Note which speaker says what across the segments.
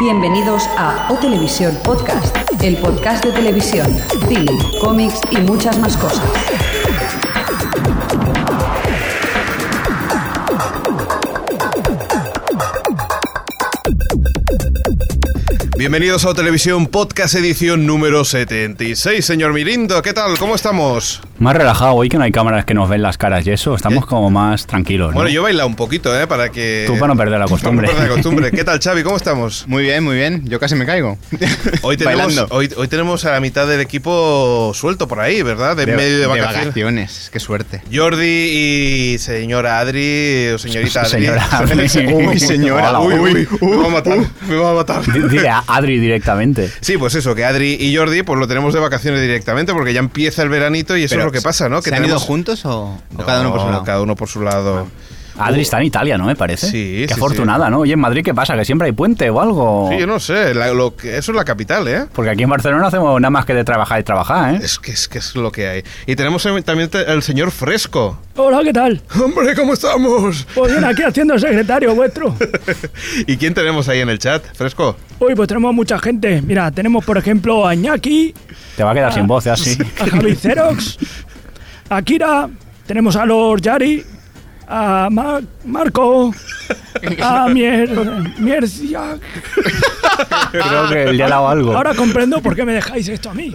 Speaker 1: Bienvenidos a O Televisión Podcast, el podcast de televisión, cine, cómics y muchas más cosas.
Speaker 2: Bienvenidos a Televisión Podcast edición número 76. Señor Mirindo, ¿qué tal? ¿Cómo estamos?
Speaker 3: Más relajado hoy que no hay cámaras que nos ven las caras y eso, estamos como más tranquilos. ¿no?
Speaker 2: Eh, Bueno, yo he bailado un poquito, ¿eh? Para que...
Speaker 3: Tú para no perder la costumbre.
Speaker 2: Para no perder la costumbre. ¿Qué tal, Xavi? ¿Cómo estamos?
Speaker 4: Muy bien, muy bien. Yo casi me caigo.
Speaker 2: Hoy tenemos,
Speaker 4: Bailando.
Speaker 2: hoy, hoy tenemos a la mitad del equipo suelto por ahí, ¿verdad? En medio de vacaciones.
Speaker 4: Qué suerte.
Speaker 2: Jordi y señora Adri, o señorita Adri.
Speaker 3: Señora Adri.
Speaker 2: uy, señora.
Speaker 3: Hola,
Speaker 2: Uy,
Speaker 3: uy,
Speaker 2: uy, me va a matar. Me va a matar.
Speaker 3: Di- Dile a Adri directamente.
Speaker 2: Sí, pues eso, que Adri y Jordi pues lo tenemos de vacaciones directamente porque ya empieza el veranito y eso es lo que pasa, ¿no? Que
Speaker 4: ¿Se han
Speaker 2: tenemos-
Speaker 4: ido juntos o, o cada uno por su
Speaker 2: No,
Speaker 4: lado? Ah.
Speaker 2: Cada uno por su lado.
Speaker 3: Adri está en Italia, ¿no? Me parece.
Speaker 2: Uh. Sí, sí,
Speaker 3: Qué afortunada, ¿no? Oye, en Madrid, ¿qué pasa? ¿Que siempre hay puente o algo?
Speaker 2: Sí, yo no sé, la- lo que- eso es la capital, ¿eh?
Speaker 3: Porque aquí en Barcelona hacemos nada más que de trabajar y trabajar, ¿eh?
Speaker 2: Es que, es que es lo que hay. Y tenemos el- también te- el señor Fresco.
Speaker 5: Hola, ¿qué tal?
Speaker 2: ¡Hombre, cómo estamos!
Speaker 5: Pues bien, aquí haciendo el secretario vuestro.
Speaker 2: ¿Y quién tenemos ahí en el chat? Fresco.
Speaker 5: Hoy pues tenemos mucha gente. Mira, tenemos por ejemplo a Iñaki,
Speaker 3: Te va a quedar sin voz, ¿eh? así.
Speaker 5: a Javi Xerox, a Kira, tenemos a Lord Yari, a Mar- Marco, a Mier... Miercia.
Speaker 3: Creo que le ha dado algo.
Speaker 5: Ahora comprendo por qué me dejáis esto a mí.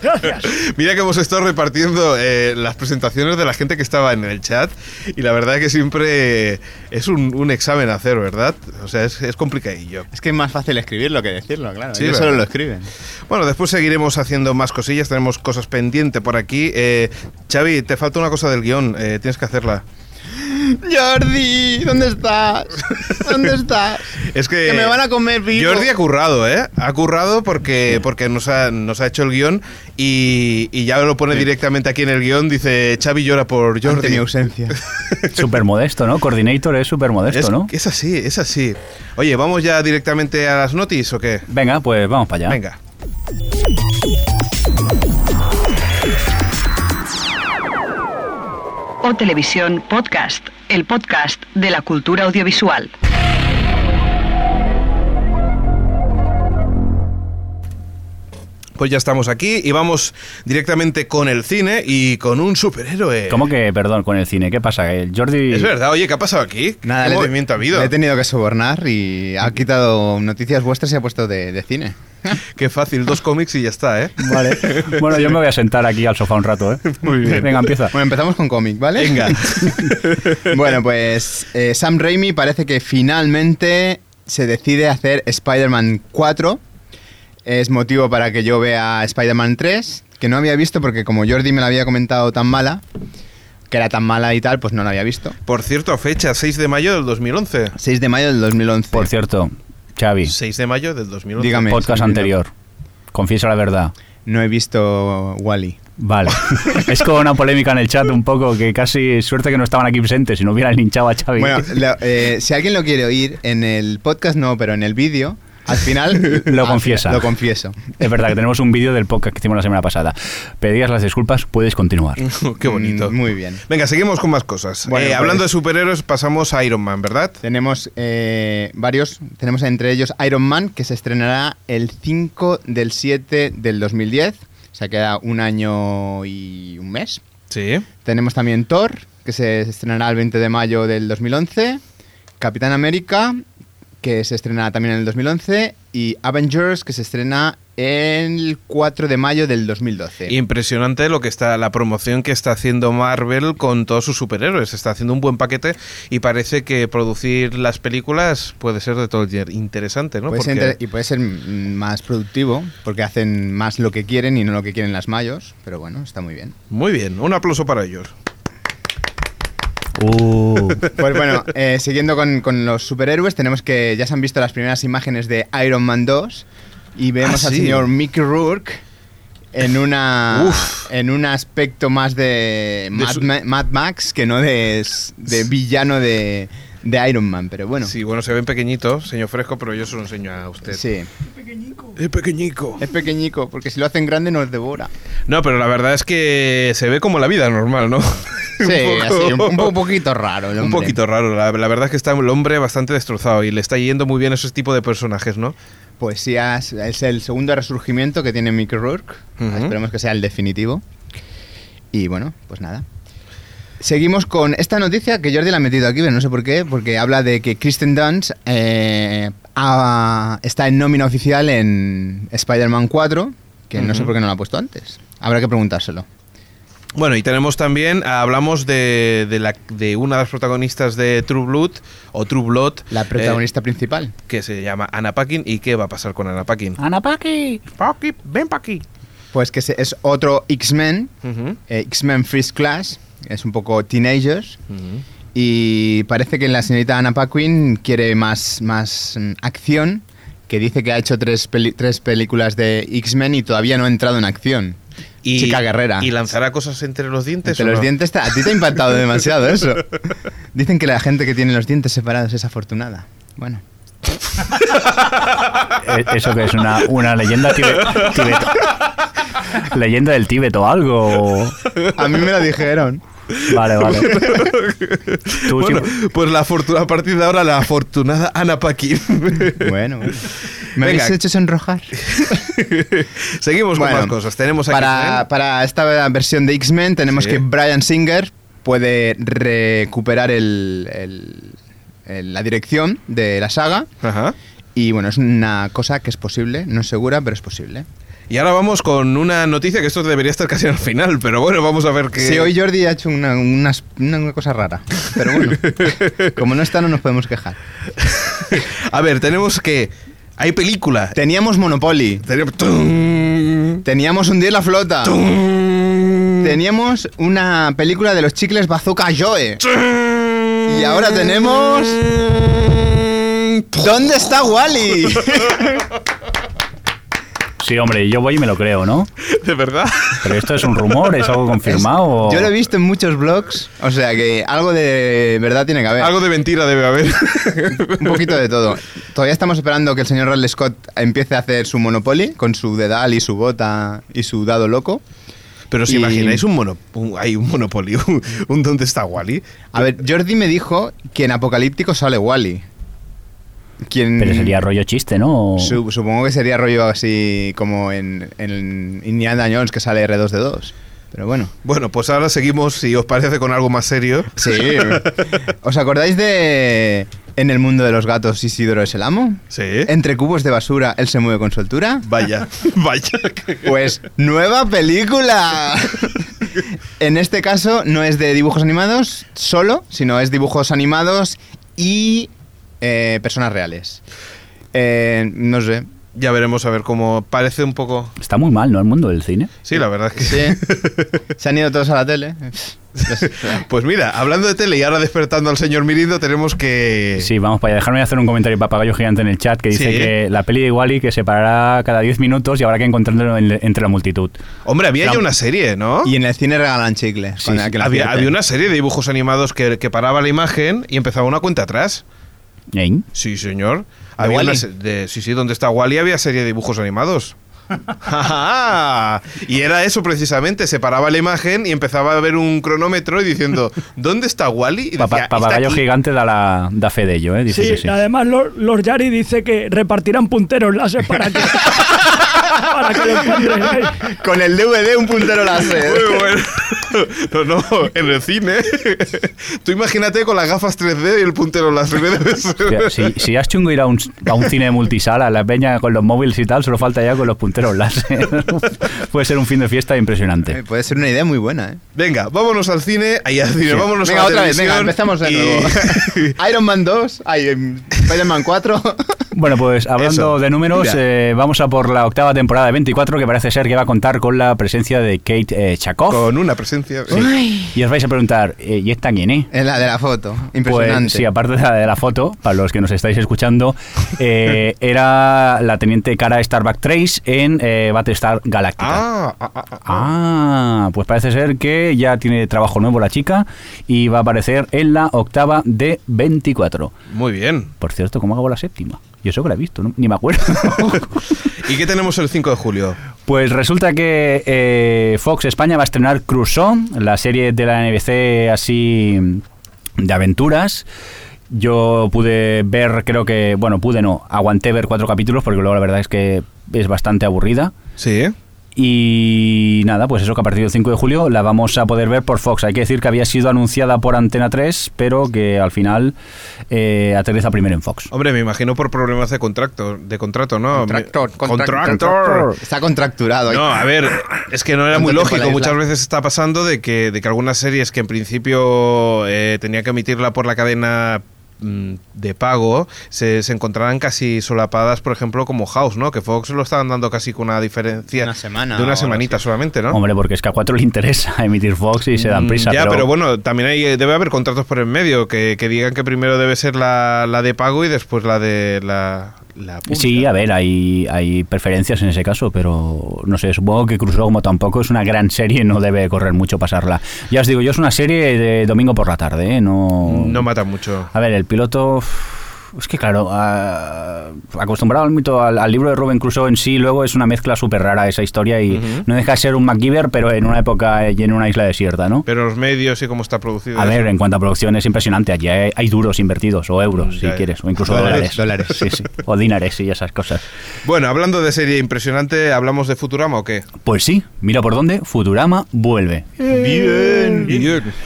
Speaker 5: Gracias.
Speaker 2: Mira que hemos estado repartiendo eh, las presentaciones de la gente que estaba en el chat y la verdad que siempre es un, un examen a hacer, ¿verdad? O sea, es, es complicadillo.
Speaker 4: Es que es más fácil escribirlo que decirlo, claro.
Speaker 2: Sí,
Speaker 4: Ellos
Speaker 2: ¿verdad?
Speaker 4: solo lo escriben.
Speaker 2: Bueno, después seguiremos haciendo más cosillas, tenemos cosas pendientes por aquí. Eh, Xavi, te falta una cosa del guión, eh, tienes que hacerla.
Speaker 4: Jordi, ¿dónde estás? ¿Dónde estás?
Speaker 2: Es que,
Speaker 4: Que me van a comer vivo.
Speaker 2: Jordi ha currado, ¿eh? Ha currado porque, porque nos, ha, nos ha hecho el guión y, y ya lo pone directamente aquí en el guión. Dice, Xavi llora por
Speaker 4: Jordi.
Speaker 2: Jordi.
Speaker 4: mi ausencia.
Speaker 3: Súper modesto, ¿no? Coordinator es súper modesto,
Speaker 2: Es,
Speaker 3: ¿no?
Speaker 2: es así, es así. Oye, ¿vamos ya directamente a las notis o qué?
Speaker 3: Venga, pues vamos para allá.
Speaker 2: Venga.
Speaker 1: O Televisión Podcast, el podcast de la cultura audiovisual.
Speaker 2: Pues ya estamos aquí y vamos directamente con el cine y con un superhéroe.
Speaker 3: ¿Cómo que, perdón, con el cine? ¿Qué pasa? El Jordi...
Speaker 2: Es verdad, oye, ¿qué ha pasado aquí?
Speaker 4: Nada,
Speaker 2: ¿Qué
Speaker 4: le he te-
Speaker 2: movimiento ha habido?
Speaker 4: le he tenido que sobornar y ha quitado noticias vuestras y ha puesto de, de cine.
Speaker 2: Qué fácil, dos cómics y ya está, ¿eh?
Speaker 3: Vale. Bueno, yo me voy a sentar aquí al sofá un rato, ¿eh?
Speaker 2: Muy bien.
Speaker 3: Venga, empieza.
Speaker 4: Bueno, empezamos con cómic, ¿vale?
Speaker 2: Venga.
Speaker 4: bueno, pues eh, Sam Raimi parece que finalmente se decide hacer Spider-Man 4. Es motivo para que yo vea Spider-Man 3, que no había visto porque como Jordi me la había comentado tan mala, que era tan mala y tal, pues no la había visto.
Speaker 2: Por cierto, fecha 6 de mayo del 2011.
Speaker 4: 6 de mayo del 2011.
Speaker 3: Por cierto, Xavi,
Speaker 2: 6 de mayo del 2011.
Speaker 4: Dígame.
Speaker 3: podcast
Speaker 4: Sam Raimi.
Speaker 3: anterior. Confiesa la verdad.
Speaker 4: No he visto Wally.
Speaker 3: Vale. es como una polémica en el chat un poco, que casi suerte que no estaban aquí presentes, si no hubieran linchado a Xavi.
Speaker 4: Bueno, la- eh, si alguien lo quiere oír, en el podcast no, pero en el vídeo, al final...
Speaker 3: Lo
Speaker 4: al
Speaker 3: confiesa.
Speaker 4: final, Lo confieso.
Speaker 3: Es verdad que tenemos un vídeo del podcast que hicimos la semana pasada. Pedías las disculpas, puedes continuar.
Speaker 2: Qué bonito.
Speaker 4: Mm, Muy bien.
Speaker 2: Venga, seguimos con más cosas.
Speaker 4: Bueno,
Speaker 2: Eh,
Speaker 4: pues-
Speaker 2: hablando de superhéroes, pasamos a Iron Man, ¿verdad?
Speaker 4: Tenemos eh, varios, tenemos entre ellos Iron Man, que se estrenará el 5 del 7 del 2010, o sea, queda un año y un mes.
Speaker 2: Sí.
Speaker 4: Tenemos también Thor, que se estrenará el 20 de mayo del 2011, Capitán América, que se estrenará también en el 2011, y Avengers, que se estrena el 4 de mayo del 2012.
Speaker 2: Impresionante lo que está, la promoción que está haciendo Marvel con todos sus superhéroes. Está haciendo un buen paquete y parece que producir las películas puede ser de todo el interesante, ¿no?
Speaker 4: Puede ser
Speaker 2: Porque-
Speaker 4: inter- y puede ser mm, más productivo, porque hacen más lo que quieren y no lo que quieren las mayos, pero bueno, está muy bien.
Speaker 2: Muy bien, un aplauso para ellos.
Speaker 3: Uh,
Speaker 4: Pues bueno, eh, siguiendo con, con los superhéroes, tenemos que ya se han visto las primeras imágenes de Iron Man 2 y vemos
Speaker 2: Ah,
Speaker 4: al
Speaker 2: sí.
Speaker 4: señor Mickey Rourke en una
Speaker 2: Uf.
Speaker 4: en un aspecto más de Mad,
Speaker 2: su-
Speaker 4: Ma- Mad Max que no de, de villano de, de Iron Man, pero bueno.
Speaker 2: Sí, bueno, se ven pequeñitos, señor Fresco, pero yo se lo enseño a usted.
Speaker 4: Sí.
Speaker 2: Es pequeñico.
Speaker 4: Es pequeñico, porque si lo hacen grande nos devora.
Speaker 2: No, pero la verdad es que se ve como la vida normal, ¿no?
Speaker 4: Sí,
Speaker 2: un poco-
Speaker 4: así, un, un poquito raro. el
Speaker 2: Un
Speaker 4: hombre.
Speaker 2: poquito raro, la, la verdad es que está el hombre bastante destrozado y le está yendo muy bien a ese tipo de personajes, ¿no?
Speaker 4: Poesías, es el segundo resurgimiento que tiene Mickey Rourke.
Speaker 2: Ujú.
Speaker 4: Esperemos que sea el definitivo. Y bueno, pues nada. Seguimos con esta noticia que Jordi la ha metido aquí, pero no sé por qué, porque habla de que Kristen Dunst eh, ha- está en nómina oficial en Spider-Man 4, que no sé
Speaker 2: Ujú.
Speaker 4: por qué no la ha puesto antes. Habrá que preguntárselo.
Speaker 2: Bueno, y tenemos también, ah, hablamos de, de la, de una de las protagonistas de True Blood, o True Blood,
Speaker 4: La
Speaker 2: eh,
Speaker 4: protagonista principal.
Speaker 2: que se llama Anna Paquin, y qué va a pasar con Anna Paquin.
Speaker 3: Anapaki.
Speaker 2: Paquin, ven pa' aquí.
Speaker 4: Pues que se- es otro X-Men,
Speaker 2: Ujú,
Speaker 4: eh, X-Men First Class, es un poco teenagers,
Speaker 2: ujú.
Speaker 4: Y parece que la señorita Anna Paquin quiere más, más mm, acción, que dice que ha hecho tres, peli- tres películas de X-Men y todavía no ha entrado en acción. Chica guerrera.
Speaker 2: ¿Y lanzará cosas entre los dientes?
Speaker 4: Entre
Speaker 2: o
Speaker 4: los
Speaker 2: no?
Speaker 4: dientes, te- a ti te ha impactado demasiado eso. Dicen que la gente que tiene los dientes separados es afortunada. Bueno,
Speaker 3: Eh, ¿Eso que es? ¿Una, una leyenda tibe- tibet- ¿Leyenda del Tíbet o algo? o-
Speaker 4: a mí me lo dijeron.
Speaker 3: Vale, vale. Tú,
Speaker 2: Bueno,
Speaker 3: sí-
Speaker 2: pues la fortuna, a partir de ahora, la afortunada Ana Paquin.
Speaker 4: Bueno, bueno. me
Speaker 2: Venga.
Speaker 4: habéis hecho sonrojar.
Speaker 2: Seguimos Pues
Speaker 4: Bueno,
Speaker 2: con más cosas. Tenemos aquí.
Speaker 4: Para, para esta versión de X-Men tenemos
Speaker 2: Sí.
Speaker 4: que Brian Singer puede recuperar el- el- el- la dirección de la saga.
Speaker 2: Ajá.
Speaker 4: Y bueno, es una cosa que es posible, no es segura, pero es posible.
Speaker 2: Y ahora vamos con una noticia que esto debería estar casi al final, pero bueno, vamos a ver qué.
Speaker 4: Sí, hoy Jordi ha hecho una, unas- una- una cosa rara, pero bueno, como no está no nos podemos quejar.
Speaker 2: A ver, tenemos que. Hay película.
Speaker 4: Teníamos Monopoly,
Speaker 2: Tenemos. ¡Tum!
Speaker 4: teníamos un día en la flota,
Speaker 2: ¡Tum!
Speaker 4: teníamos una película de los chicles Bazooka Joe. Y ahora tenemos... ¿Dónde está Wally?
Speaker 3: sí, hombre, yo voy y me lo creo, ¿no?
Speaker 2: ¿De verdad?
Speaker 3: Pero esto es un rumor, es algo confirmado.
Speaker 4: Yo lo he visto en muchos blogs, o sea que algo de verdad tiene que haber.
Speaker 2: Algo de mentira debe haber.
Speaker 4: Un poquito de todo. Todavía estamos esperando que el señor Ridley Scott empiece a hacer su Monopoly con su dedal y su bota y su dado loco.
Speaker 2: Pero si
Speaker 4: Y-
Speaker 2: imagináis un mono. un- hay un Monopoly. Un, un ¿Dónde está Wally?
Speaker 4: A ver, Jordi me dijo que en Apocalíptico sale Wally. Quien,
Speaker 3: Pero sería rollo chiste, ¿no?
Speaker 4: su- supongo que sería rollo así como en, en Indiana Jones que sale R2D2. Pero bueno.
Speaker 2: Bueno, pues ahora seguimos, si os parece, con algo más serio.
Speaker 4: Sí. ¿Os acordáis de En el mundo de los gatos Isidoro es el amo?
Speaker 2: Sí.
Speaker 4: Entre cubos de basura, él se mueve con soltura.
Speaker 2: Vaya, vaya.
Speaker 4: Pues nueva película. en este caso no es de dibujos animados solo, sino es dibujos animados y eh, personas reales. Eh, no sé.
Speaker 2: Ya veremos a ver cómo parece un poco.
Speaker 3: Está muy mal, ¿no? El mundo del cine.
Speaker 2: Sí, la verdad es que
Speaker 4: Sí. Se han ido todos a la tele.
Speaker 2: Pues mira, hablando de tele y ahora despertando al señor Mirindo, tenemos que.
Speaker 3: Sí, vamos para allá. Dejarme hacer un comentario papagayo gigante en el chat que dice
Speaker 2: Sí.
Speaker 3: que la peli de Wally que se parará cada 10 minutos y habrá que encontrarlo en- entre la multitud.
Speaker 2: Hombre, había
Speaker 4: La-
Speaker 2: ya una serie, ¿no?
Speaker 4: Y en el cine regalan chicles.
Speaker 2: Sí,
Speaker 4: con
Speaker 2: sí.
Speaker 4: la que la
Speaker 2: había,
Speaker 4: acierten.
Speaker 2: había una serie de dibujos animados que, que paraba la imagen y empezaba una cuenta atrás.
Speaker 3: ¿Eh?
Speaker 2: Sí, señor.
Speaker 4: ¿De
Speaker 2: Había
Speaker 4: Wall-E?
Speaker 2: una se- de- sí, sí, donde está Wally había serie de dibujos animados. ¡Ja, ja! y era eso precisamente, se paraba la imagen y empezaba a ver un cronómetro y diciendo, ¿dónde está Wally? Y
Speaker 3: Papa-
Speaker 2: decía, "Está
Speaker 3: papagayo
Speaker 2: aquí".
Speaker 3: gigante da, la, da fe de ello, ¿eh? Dice
Speaker 5: Sí,
Speaker 3: que sí.
Speaker 5: además Lord, Lord Yari dice que repartirán punteros láser para que, para que lo encuentren ahí.
Speaker 4: Con el DVD un puntero láser.
Speaker 2: Muy bueno. No, no, en el cine. Tú imagínate con las gafas 3D y el puntero láser. debe
Speaker 3: Hostia,
Speaker 2: ser.
Speaker 3: Si, si ya es chungo ir a un, a un cine de multisala, la peña con los móviles y tal, solo falta ya con los punteros láser. Puede ser un fin de fiesta
Speaker 4: Eh,
Speaker 3: impresionante.
Speaker 4: Puede ser una idea muy buena, ¿eh?
Speaker 2: Venga, vámonos al cine. Ahí al cine, vámonos
Speaker 4: venga,
Speaker 2: a la
Speaker 4: otra vez, venga,
Speaker 2: televisión
Speaker 4: empezamos de
Speaker 2: y-
Speaker 4: nuevo. Iron Man 2, ay, em, Spider-Man 4.
Speaker 3: Bueno, pues hablando
Speaker 2: Eso.
Speaker 3: de números,
Speaker 2: Mira.
Speaker 3: eh, vamos a por la octava temporada de 24, que parece ser que va a contar con la presencia de Kate eh, Chakoff.
Speaker 2: Con una presencia.
Speaker 3: Y os vais a preguntar, eh, ¿y esta quién es?
Speaker 4: Es la de la foto. Impresionante.
Speaker 3: Pues sí, aparte de la, de la foto, para los que nos estáis escuchando, eh, era la teniente cara Starbuck Trace en eh, Battlestar Galactica.
Speaker 2: Ah, ah, ah, ah.
Speaker 3: Ah, pues parece ser que ya tiene trabajo nuevo la chica y va a aparecer en la octava de 24.
Speaker 2: Muy bien.
Speaker 3: Por cierto, ¿cómo hago la séptima? Y eso que la he visto, ¿no? ni me acuerdo.
Speaker 2: ¿Y qué tenemos el 5 de julio?
Speaker 3: Pues resulta que eh, Fox España va a estrenar Crusoe, la serie de la NBC así de aventuras. Yo pude ver, creo que, bueno, pude no, aguanté ver cuatro capítulos porque luego la verdad es que es bastante aburrida.
Speaker 2: Sí.
Speaker 3: Y nada, pues eso que a partir del 5 de julio la vamos a poder ver por Fox. Hay que decir que había sido anunciada por Antena 3, pero que al final eh, aterriza primero en Fox.
Speaker 2: Hombre, me imagino por problemas de contrato, de contrato, ¿no?
Speaker 4: Contractor,
Speaker 2: Me-
Speaker 4: contractor.
Speaker 2: contractor.
Speaker 4: Está contracturado. ahí.
Speaker 2: No, a ver, es que no era
Speaker 4: ¿Cuánto
Speaker 2: muy
Speaker 4: tiempo la
Speaker 2: lógico.
Speaker 4: isla?
Speaker 2: Muchas veces está pasando de que, de que algunas series que en principio eh, tenía que emitirla por la cadena mm, de pago se, se encontraran casi solapadas, por ejemplo, como House, ¿no? Que Fox lo estaban dando casi con una diferencia
Speaker 4: Una semana
Speaker 2: de
Speaker 4: o
Speaker 2: una
Speaker 4: algo
Speaker 2: semanita solamente, ¿no?
Speaker 3: Hombre, porque es que a cuatro le interesa emitir Fox y se dan
Speaker 2: Mm,
Speaker 3: prisa.
Speaker 2: Ya, pero, bueno, también hay, eh, debe haber contratos por en medio que, que digan que primero debe ser la, la de pago y después la de la, la pública.
Speaker 3: Sí, a ver, hay, hay preferencias en ese caso, pero no sé, supongo que Crusoe como tampoco es una gran serie, no debe correr mucho pasarla. Ya os digo, yo es una serie de domingo por la tarde, ¿eh? no...
Speaker 2: No mata mucho.
Speaker 3: A ver, el piloto... uf, Es que claro, ah, acostumbrado al mito, al, al libro de Rubén Crusoe en sí, luego es una mezcla súper rara esa historia y no deja de ser un MacGyver, pero en una época eh, y en una isla desierta, ¿no?
Speaker 2: Pero los medios y cómo está producido.
Speaker 3: A
Speaker 2: eso.
Speaker 3: ver, en cuanto a producción es impresionante. Allí hay, hay duros invertidos, o euros, si
Speaker 2: Ya, ya.
Speaker 3: quieres, o incluso
Speaker 4: Dólares,
Speaker 3: dólares.
Speaker 4: dólares.
Speaker 3: Sí, sí. O dinares y esas cosas.
Speaker 2: Bueno, hablando de serie impresionante, ¿hablamos de Futurama o qué?
Speaker 3: Pues sí, mira por dónde, Futurama vuelve.
Speaker 2: Bien,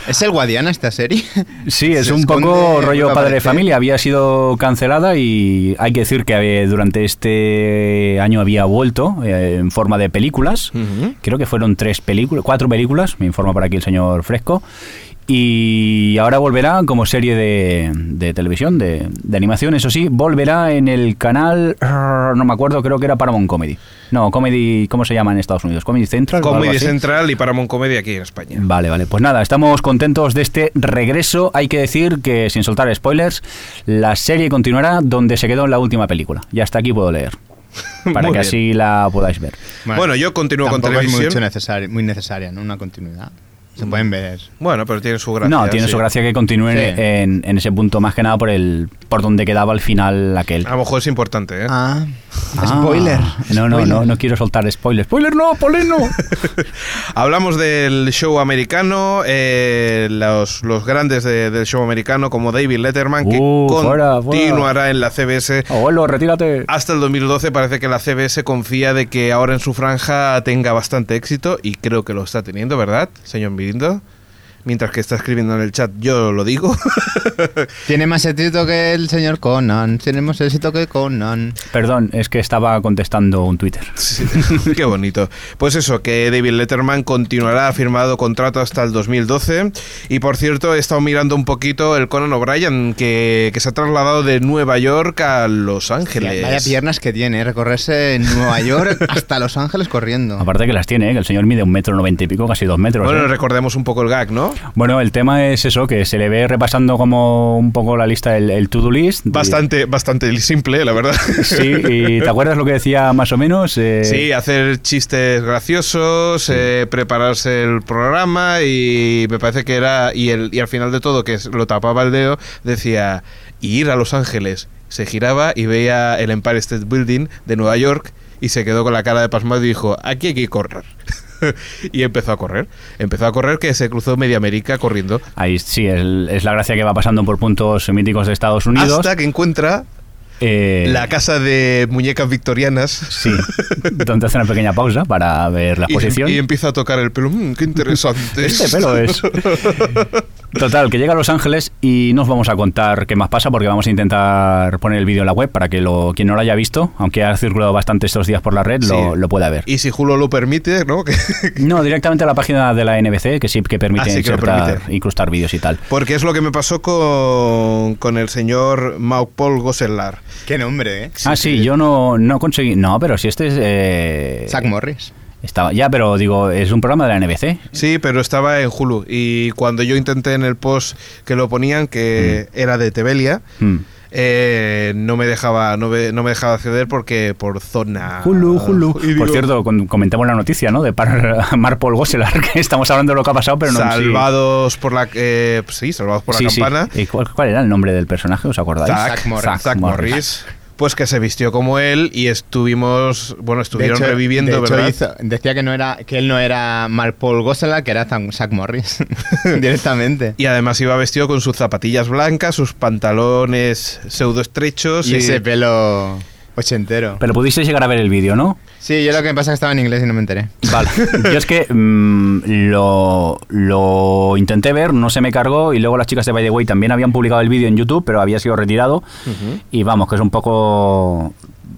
Speaker 4: ¿Es el Guadiana esta serie?
Speaker 3: Sí, es
Speaker 4: Se
Speaker 3: un
Speaker 4: esconde,
Speaker 3: poco
Speaker 4: vuelve
Speaker 3: rollo
Speaker 4: a
Speaker 3: padre de
Speaker 4: aparecer.
Speaker 3: familia. Había sido cancelada y hay que decir que eh, durante este año había vuelto eh, en forma de películas. Creo que fueron tres películas, cuatro películas, me informa por aquí el señor Fresco. Y ahora volverá como serie de, de televisión, de, de animación, eso sí, volverá en el canal, no me acuerdo, creo que era Paramount Comedy. No, Comedy, ¿cómo se llama en Estados Unidos? Comedy Central. o algo
Speaker 2: Comedy
Speaker 3: así.
Speaker 2: Central y Paramount Comedy aquí en España.
Speaker 3: Vale, vale. Pues nada, estamos contentos de este regreso. Hay que decir que, sin soltar spoilers, la serie continuará donde se quedó en la última película. Y hasta aquí puedo leer. Para que
Speaker 2: Muy bien.
Speaker 3: así la podáis ver.
Speaker 2: Bueno, yo continúo con
Speaker 4: tampoco
Speaker 2: televisión.
Speaker 4: Es mucho necesari- muy necesaria, ¿no? Una continuidad. Se pueden ver.
Speaker 2: Bueno, pero tiene su gracia.
Speaker 3: no, tiene
Speaker 2: sí.
Speaker 3: su gracia que continúe
Speaker 4: Sí.
Speaker 3: en, en ese punto, más que nada por el por donde quedaba al final aquel.
Speaker 2: A lo mejor es importante, ¿eh?
Speaker 4: Ah,
Speaker 3: Ah,
Speaker 4: spoiler.
Speaker 3: No, no,
Speaker 4: spoiler.
Speaker 3: no, no quiero soltar spoilers. ¡Spoiler no, poleno!
Speaker 2: Hablamos del show americano, eh, los, los grandes de- del show americano como David Letterman, que
Speaker 3: Uh, fuera, fuera.
Speaker 2: continuará en la CBS
Speaker 3: Abuelo, retírate.
Speaker 2: Hasta el 2012 parece que la CBS confía de que ahora en su franja tenga bastante éxito y creo que lo está teniendo, ¿verdad, señor Mirindo? Mientras que está escribiendo en el chat, yo lo digo.
Speaker 4: Tiene más éxito que el señor Conan. Tiene más éxito que Conan.
Speaker 3: Perdón, es que estaba contestando un Twitter.
Speaker 2: Sí, Qué bonito. Pues eso, que David Letterman continuará firmado contrato hasta el 2012. Y por cierto, he estado mirando un poquito el Conan O'Brien, que, que se ha trasladado de Nueva York a Los Ángeles.
Speaker 4: Vaya piernas que tiene, ¿eh? recorrerse en Nueva York hasta Los Ángeles corriendo.
Speaker 3: Aparte que las tiene, ¿eh? que el señor mide un metro noventa y pico, casi dos metros.
Speaker 2: Bueno,
Speaker 3: ¿eh?
Speaker 2: recordemos un poco el gag, ¿no?
Speaker 3: Bueno, el tema es eso, que se le ve repasando como un poco la lista, el, el to-do list.
Speaker 2: Bastante, bastante simple, la verdad.
Speaker 3: Sí, y ¿te acuerdas lo que decía más o menos? Eh,
Speaker 2: Sí, hacer chistes graciosos, eh, prepararse el programa y me parece que era y, el, y al final de todo que es- lo tapaba el dedo decía ir a Los Ángeles. Se giraba y veía el Empire State Building de Nueva York y se quedó con la cara de pasmado y dijo aquí hay que correr. y empezó a correr, empezó a correr que se cruzó media América corriendo
Speaker 3: Ahí sí, es, es la gracia que va pasando por puntos míticos de Estados Unidos.
Speaker 2: hasta que encuentra
Speaker 3: Eh,
Speaker 2: la casa de muñecas victorianas.
Speaker 3: Sí, donde hace una pequeña pausa para ver la
Speaker 2: Y, em,
Speaker 3: exposición.
Speaker 2: y empieza a tocar el pelo. "Mm, qué interesante.
Speaker 3: Este pelo es. Total, que llega a Los Ángeles y no os vamos a contar qué más pasa porque vamos a intentar poner el vídeo en la web para que lo, quien no lo haya visto, aunque ha circulado bastante estos días por la red, lo,
Speaker 2: Sí.
Speaker 3: lo pueda ver.
Speaker 2: Y si Julio lo permite, ¿no? Que-
Speaker 3: No, directamente a la página de la NBC, que sí que permite
Speaker 2: Ah, sí que lo
Speaker 3: insertar,
Speaker 2: permite.
Speaker 3: incrustar vídeos y tal.
Speaker 2: Porque es lo que me pasó con, con el señor Paul Gosselar.
Speaker 4: Qué nombre, ¿eh?
Speaker 3: ah, sí, yo no, no conseguí. No, pero si este es. eh,
Speaker 4: Zack Morris.
Speaker 3: estaba, ya, pero digo, es un programa de la NBC.
Speaker 2: Sí, pero estaba en Hulu. Y cuando yo intenté en el post que lo ponían, que era de Tebelia,
Speaker 3: Mm.
Speaker 2: eh, no me dejaba no me, no me dejaba acceder porque por zona.
Speaker 3: Hulu, Hulu.
Speaker 2: Y digo,
Speaker 3: Por cierto, con- comentamos la noticia, ¿no? De Par- Marpol Gosselar, que estamos hablando de lo que ha pasado, pero no en sí.
Speaker 2: salvados por la eh, sí, salvados por
Speaker 3: Sí,
Speaker 2: la
Speaker 3: sí.
Speaker 2: campana.
Speaker 3: ¿Y cuál, cuál era el nombre del personaje? ¿Os acordáis?
Speaker 2: Zack
Speaker 4: Zack Morris.
Speaker 2: Zack Morris. pues que se vistió como él y estuvimos, bueno, estuvieron
Speaker 4: hecho-
Speaker 2: reviviendo,
Speaker 4: de hecho
Speaker 2: ¿verdad?
Speaker 4: hizo- decía que no era que él no era Mark Paul Gosselaar, que era Zan- Zach Morris directamente.
Speaker 2: Y además iba vestido con sus zapatillas blancas, sus pantalones pseudo estrechos
Speaker 4: Y ese pelo ochentero.
Speaker 3: Pero pudiste llegar a ver el vídeo, ¿no?
Speaker 4: Sí, yo lo que me pasa es que estaba en inglés y no me enteré.
Speaker 3: Vale. Yo es que mm, lo, lo intenté ver, no se me cargó y luego las chicas de By the Way también habían publicado el vídeo en YouTube, pero había sido retirado. Y vamos, que es un poco...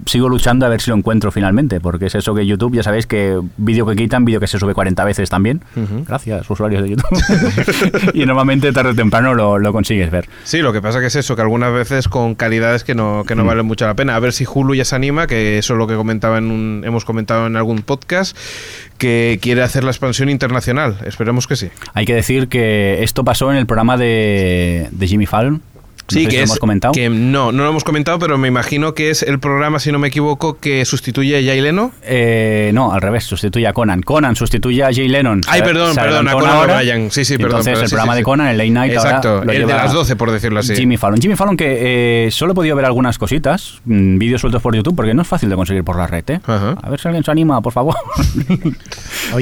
Speaker 3: Sigo luchando a ver si lo encuentro finalmente, porque es eso que YouTube, ya sabéis que vídeo que quitan, vídeo que se sube 40 veces también. Gracias, usuarios de YouTube. y normalmente tarde o temprano lo, lo consigues ver.
Speaker 2: Sí, lo que pasa que es eso, que algunas veces con calidades que no, que no valen mucho la pena. A ver si Hulu ya se anima, que eso es lo que comentaba en un- hemos comentado en algún podcast, que quiere hacer la expansión internacional. Esperemos que sí.
Speaker 3: Hay que decir que esto pasó en el programa de, de Jimmy Fallon. No sé si
Speaker 2: que
Speaker 3: lo hemos comentado.
Speaker 2: que no, no lo hemos comentado, pero me imagino que es el programa, si no me equivoco, que sustituye a Jay Leno.
Speaker 3: Eh, no, al revés, sustituye a Conan. Conan sustituye a Jay Lennon.
Speaker 2: Ay,
Speaker 3: Se-
Speaker 2: perdón,
Speaker 3: se
Speaker 2: perdón, a
Speaker 3: adelantó
Speaker 2: Conan
Speaker 3: una hora.
Speaker 2: O'Brien. Sí, sí,
Speaker 3: Y
Speaker 2: perdón,
Speaker 3: Entonces,
Speaker 2: perdón,
Speaker 3: el
Speaker 2: sí,
Speaker 3: programa
Speaker 2: sí,
Speaker 3: de
Speaker 2: sí.
Speaker 3: Conan, el Late Night, ahora
Speaker 2: Exacto,
Speaker 3: lo
Speaker 2: el de
Speaker 3: lleva
Speaker 2: las 12, por decirlo así.
Speaker 3: Jimmy Fallon. Jimmy Fallon, que eh, solo he podido ver algunas cositas, mm, vídeos sueltos por YouTube, porque no es fácil de conseguir por la red, ¿eh?
Speaker 2: Ajá.
Speaker 3: A ver si alguien se anima, por favor.
Speaker 4: Oyentes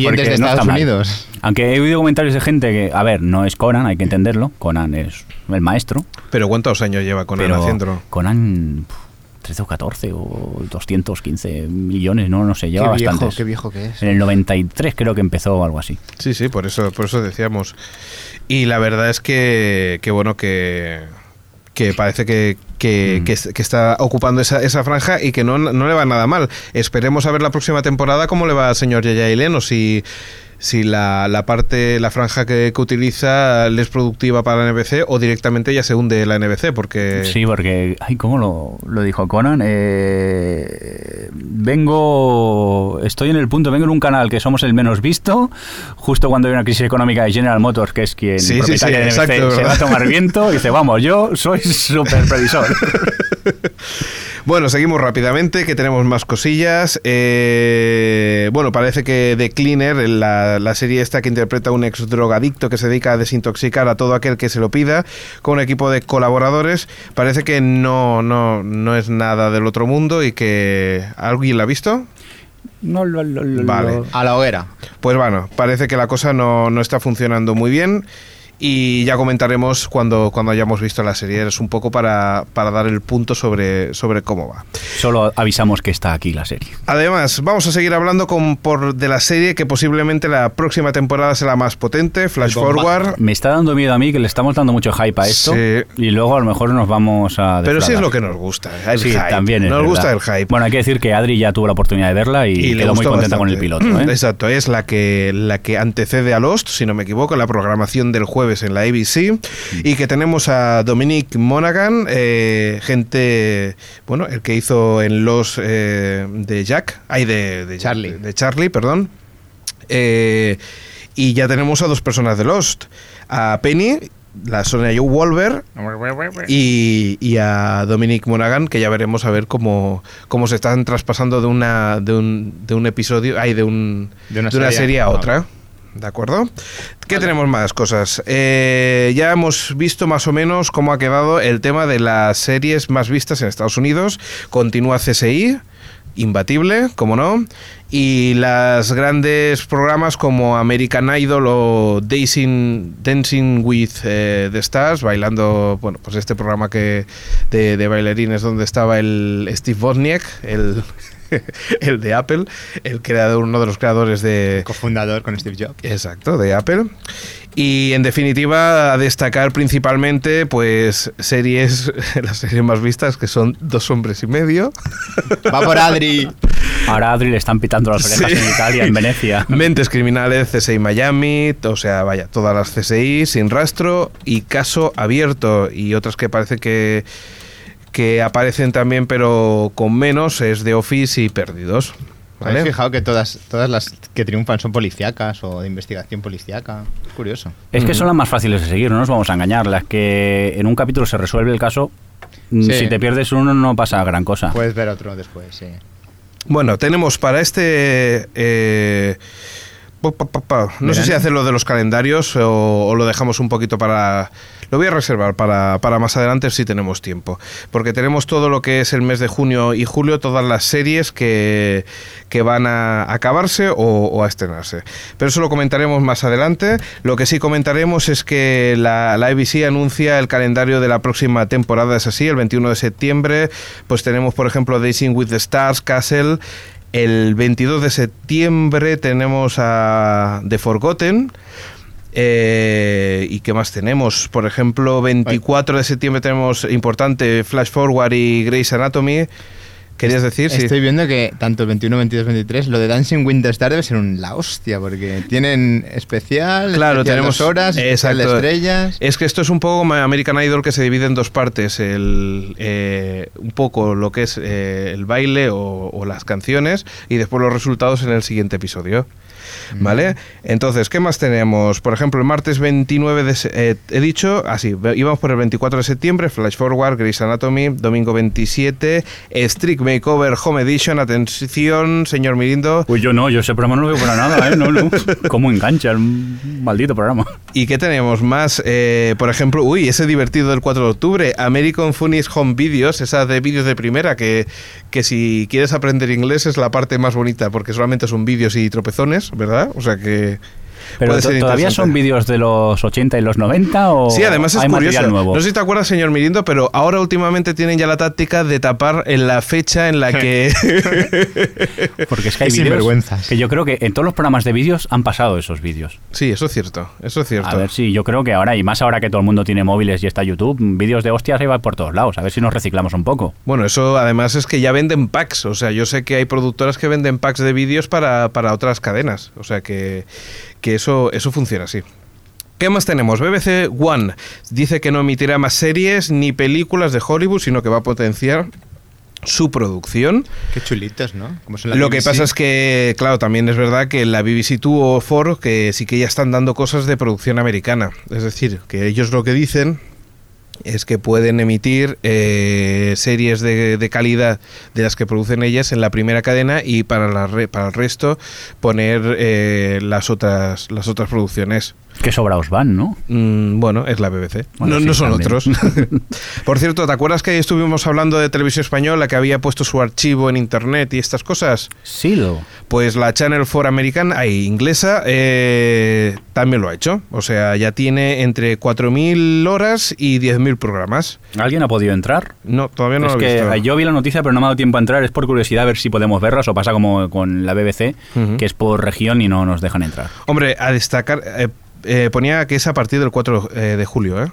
Speaker 3: Porque
Speaker 4: de
Speaker 3: no está
Speaker 4: Estados
Speaker 3: mal.
Speaker 4: Unidos.
Speaker 3: Aunque he oído comentarios de gente que, a ver, no es Conan, hay que entenderlo. Conan es el maestro.
Speaker 2: Pero ¿cuántos años lleva con
Speaker 3: pero
Speaker 2: el haciéndolo?
Speaker 3: Conan, pf, 13 o 14 o 215 millones, no, no sé, lleva
Speaker 4: qué
Speaker 3: bastantes.
Speaker 4: viejo, qué viejo que es.
Speaker 3: En el 93 creo que empezó o algo así.
Speaker 2: Sí, sí, por eso, por eso decíamos. Y la verdad es que, que bueno, que, que parece que,
Speaker 3: Mm.
Speaker 2: que, que es- que está ocupando esa, esa franja y que no, no le va nada mal. Esperemos a ver la próxima temporada cómo le va al señor Yaya y Leno, si, si la, la parte, la franja que, que utiliza le es productiva para la NBC o directamente ya se hunde la NBC, porque...
Speaker 3: Sí, porque, ay, ¿cómo lo, lo dijo Conan? Eh, vengo, estoy en el punto, vengo en un canal que somos el menos visto, justo cuando hay una crisis económica de General Motors, que es quien
Speaker 2: Sí, sí,
Speaker 3: propietaria
Speaker 2: sí,
Speaker 3: de NBC,
Speaker 2: exacto,
Speaker 3: se va a
Speaker 2: ¿verdad?
Speaker 3: tomar viento, y dice, vamos, yo soy superprevisor.
Speaker 2: Bueno, seguimos rápidamente, que tenemos más cosillas. Eh, bueno, parece que The Cleaner, la, la serie esta que interpreta a un ex drogadicto que se dedica a desintoxicar a todo aquel que se lo pida, con un equipo de colaboradores, parece que no, no, no es nada del otro mundo y que alguien la ha visto.
Speaker 3: no, lo- lo- lo-
Speaker 2: Vale.
Speaker 4: A la hoguera.
Speaker 2: Pues bueno, parece que la cosa no, no está funcionando muy bien. Y ya comentaremos cuando, cuando hayamos visto la serie. Es un poco para, para dar el punto sobre, sobre cómo va.
Speaker 3: Solo avisamos que está aquí la serie.
Speaker 2: Además, vamos a seguir hablando con, por, de la serie que posiblemente la próxima temporada será la más potente, Flash
Speaker 4: El bombazo.
Speaker 2: Forward.
Speaker 3: Me está dando miedo a mí que le estamos dando mucho hype a esto
Speaker 2: Sí.
Speaker 3: y luego a lo mejor nos vamos a...
Speaker 2: Pero sí es
Speaker 3: defraudar.
Speaker 2: lo que nos gusta, el
Speaker 3: sí,
Speaker 2: hype.
Speaker 3: también es
Speaker 2: nos
Speaker 3: verdad.
Speaker 2: gusta el hype.
Speaker 3: Bueno, hay que decir que Adri ya tuvo la oportunidad de verla y,
Speaker 2: le
Speaker 3: quedó muy
Speaker 2: gustó
Speaker 3: contenta con el
Speaker 2: bastante.
Speaker 3: piloto. ¿eh?
Speaker 2: Exacto, es la que, la que antecede a Lost, si no me equivoco, la programación del jueves en la
Speaker 3: Mm.
Speaker 2: ABC. Y que tenemos a Dominic Monaghan, eh, gente, bueno, el que hizo en Lost eh, de Jack, ay, de, de-
Speaker 4: Charlie.
Speaker 2: de Charlie, perdón. Eh, y ya tenemos a dos personas de Lost, a Penny, la Sonia Joe Wolver y, y a Dominic Monaghan, que ya veremos a ver cómo, cómo se están traspasando de una de un, de un episodio, ay, de un
Speaker 4: De una
Speaker 2: serie,
Speaker 4: serie
Speaker 2: a
Speaker 4: a
Speaker 2: otra.
Speaker 4: otra.
Speaker 2: ¿De acuerdo? ¿Qué tenemos más cosas? Eh, ya hemos visto más o menos cómo ha quedado el tema de las series más vistas en Estados Unidos. Continúa CSI, imbatible, como no. Y las grandes programas como American Idol o Dancing, Dancing with eh, the Stars, bailando, bueno, pues este programa que de, de bailarines donde estaba el Steve Wozniak, el, el de Apple, el creador, uno de los creadores de,
Speaker 4: Cofundador con Steve Jobs.
Speaker 2: Exacto, de Apple. Y en definitiva, a destacar principalmente, pues, series, las series más vistas, que son Dos Hombres y Medio,
Speaker 4: Va por Adri.
Speaker 3: Ahora a Adri le están pitando las orejas en Italia, en Venecia.
Speaker 2: Mentes Criminales, CSI Miami, o sea, vaya, todas las CSI, Sin Rastro y Caso Abierto, y otras que parece que, que aparecen también, pero con menos, es The Office y Perdidos.
Speaker 4: ¿Habéis
Speaker 2: ¿Vale?
Speaker 4: fijado que todas, todas las que triunfan son policíacas o de investigación policíaca? Es curioso.
Speaker 3: Es que son las más fáciles de seguir, no nos vamos a engañar. Las que en un capítulo se resuelve el caso, mm,
Speaker 4: Sí. Pues-
Speaker 3: si te pierdes uno no pasa gran
Speaker 2: Ah.
Speaker 3: cosa.
Speaker 4: Puedes ver otro después, sí.
Speaker 2: Bueno, tenemos para este. eh, pa, pa, pa, pa. No sé
Speaker 4: Verano.
Speaker 2: si hacer lo de los calendarios o, o lo dejamos un poquito para Lo voy a reservar para, para más adelante si tenemos tiempo. Porque tenemos todo lo que es el mes de junio y julio, todas las series que, que van a acabarse o, o a estrenarse. Pero eso lo comentaremos más adelante. Lo que sí comentaremos es que la, la ABC anuncia el calendario de la próxima temporada, es así, el 21 de septiembre. Pues tenemos, por ejemplo, Dancing with the Stars, Castle. El 22 de septiembre tenemos a The Forgotten. Eh, ¿Y qué más tenemos? Por ejemplo, 24 de septiembre tenemos importante Flash Forward y Grey's Anatomy. ¿Querías decir? Sí.
Speaker 4: Estoy viendo que tanto el 21, 22, 23, lo de Dancing Winter Star debe ser un la hostia, porque tienen especial,
Speaker 2: Claro,
Speaker 4: especial
Speaker 2: tenemos-
Speaker 4: dos horas, especial de
Speaker 2: exacto.
Speaker 4: estrellas.
Speaker 2: Es que esto es un poco como American Idol que se divide en dos partes, el, eh, un poco lo que es eh, el baile o, o las canciones y después los resultados en el siguiente episodio.
Speaker 4: Mm.
Speaker 2: ¿Vale? Entonces, ¿qué más tenemos? Por ejemplo, el martes 29 de... se- eh, he dicho, así, íbamos por el 24 de septiembre, Flash Forward, Grey's Anatomy, domingo 27, Strict Makeover, Home Edition, atención, señor Mirindo.
Speaker 3: Pues yo no, yo ese programa no lo veo para nada, ¿eh? No, no. ¿Cómo engancha el maldito programa?
Speaker 2: ¿Y qué tenemos más? Eh, por ejemplo, uy, ese divertido del 4 de octubre, American Funniest Home Videos, esa de vídeos de primera, que, que si quieres aprender inglés es la parte más bonita, porque solamente son vídeos y tropezones, ¿verdad? O sea que...
Speaker 3: ¿Pero
Speaker 2: puede
Speaker 3: to-
Speaker 2: ser
Speaker 3: todavía
Speaker 2: interesante.
Speaker 3: son vídeos de los 80 y los 90 o
Speaker 2: Sí, además es
Speaker 3: hay
Speaker 2: curioso.
Speaker 3: material nuevo?
Speaker 2: No sé si te acuerdas, señor Mirindo, pero ahora últimamente tienen ya la táctica de tapar en la fecha en la que...
Speaker 3: Porque es que hay vídeos
Speaker 4: Qué sinvergüenzas.
Speaker 3: que yo creo que en todos los programas de vídeos han pasado esos vídeos.
Speaker 2: sí, eso es cierto, eso es cierto.
Speaker 3: A ver si yo creo que ahora, y más ahora que todo el mundo tiene móviles y está YouTube, vídeos de hostias ahí va por todos lados. A ver si nos reciclamos un poco.
Speaker 2: Bueno, eso además es que ya venden packs. O sea, yo sé que hay productoras que venden packs de vídeos para, para otras cadenas. O sea, que, que eso, eso funciona así. ¿Qué más tenemos? BBC One dice que no emitirá más series ni películas de Hollywood, sino que va a potenciar su producción.
Speaker 4: Qué chulitos, ¿no? Como son la
Speaker 2: Eh, Lo que
Speaker 4: BBC.
Speaker 2: pasa es que, claro, también es verdad que la BBC 2 o 4 que sí que ya están dando cosas de producción americana. Es decir, que ellos lo que dicen es que pueden emitir eh, series de, de calidad de las que producen ellas en la primera cadena y para, la re- para el resto poner eh, las, otras, las otras producciones.
Speaker 3: Que sobraos van, ¿no?
Speaker 2: Mm, bueno, es la BBC.
Speaker 3: Bueno,
Speaker 2: no,
Speaker 3: sí,
Speaker 2: no son
Speaker 3: también.
Speaker 2: otros. Por cierto, ¿te acuerdas que estuvimos hablando de Televisión Española que había puesto su archivo en Internet y estas cosas?
Speaker 3: Sí, lo.
Speaker 2: Pues la Channel 4 americana, ay, inglesa, eh, también lo ha hecho. O sea, ya tiene entre 4.000 horas y 10.000 programas.
Speaker 3: ¿Alguien ha podido entrar?
Speaker 2: No, todavía no
Speaker 3: es
Speaker 2: lo he
Speaker 3: que
Speaker 2: visto.
Speaker 3: yo vi la noticia, pero no me ha dado tiempo a entrar. Es por curiosidad a ver si podemos verlas o pasa como con la BBC,
Speaker 2: Ujú.
Speaker 3: que es por región y no nos dejan entrar.
Speaker 2: Hombre, a destacar, eh, eh, ponía que es a partir del 4 eh, de julio, ¿eh?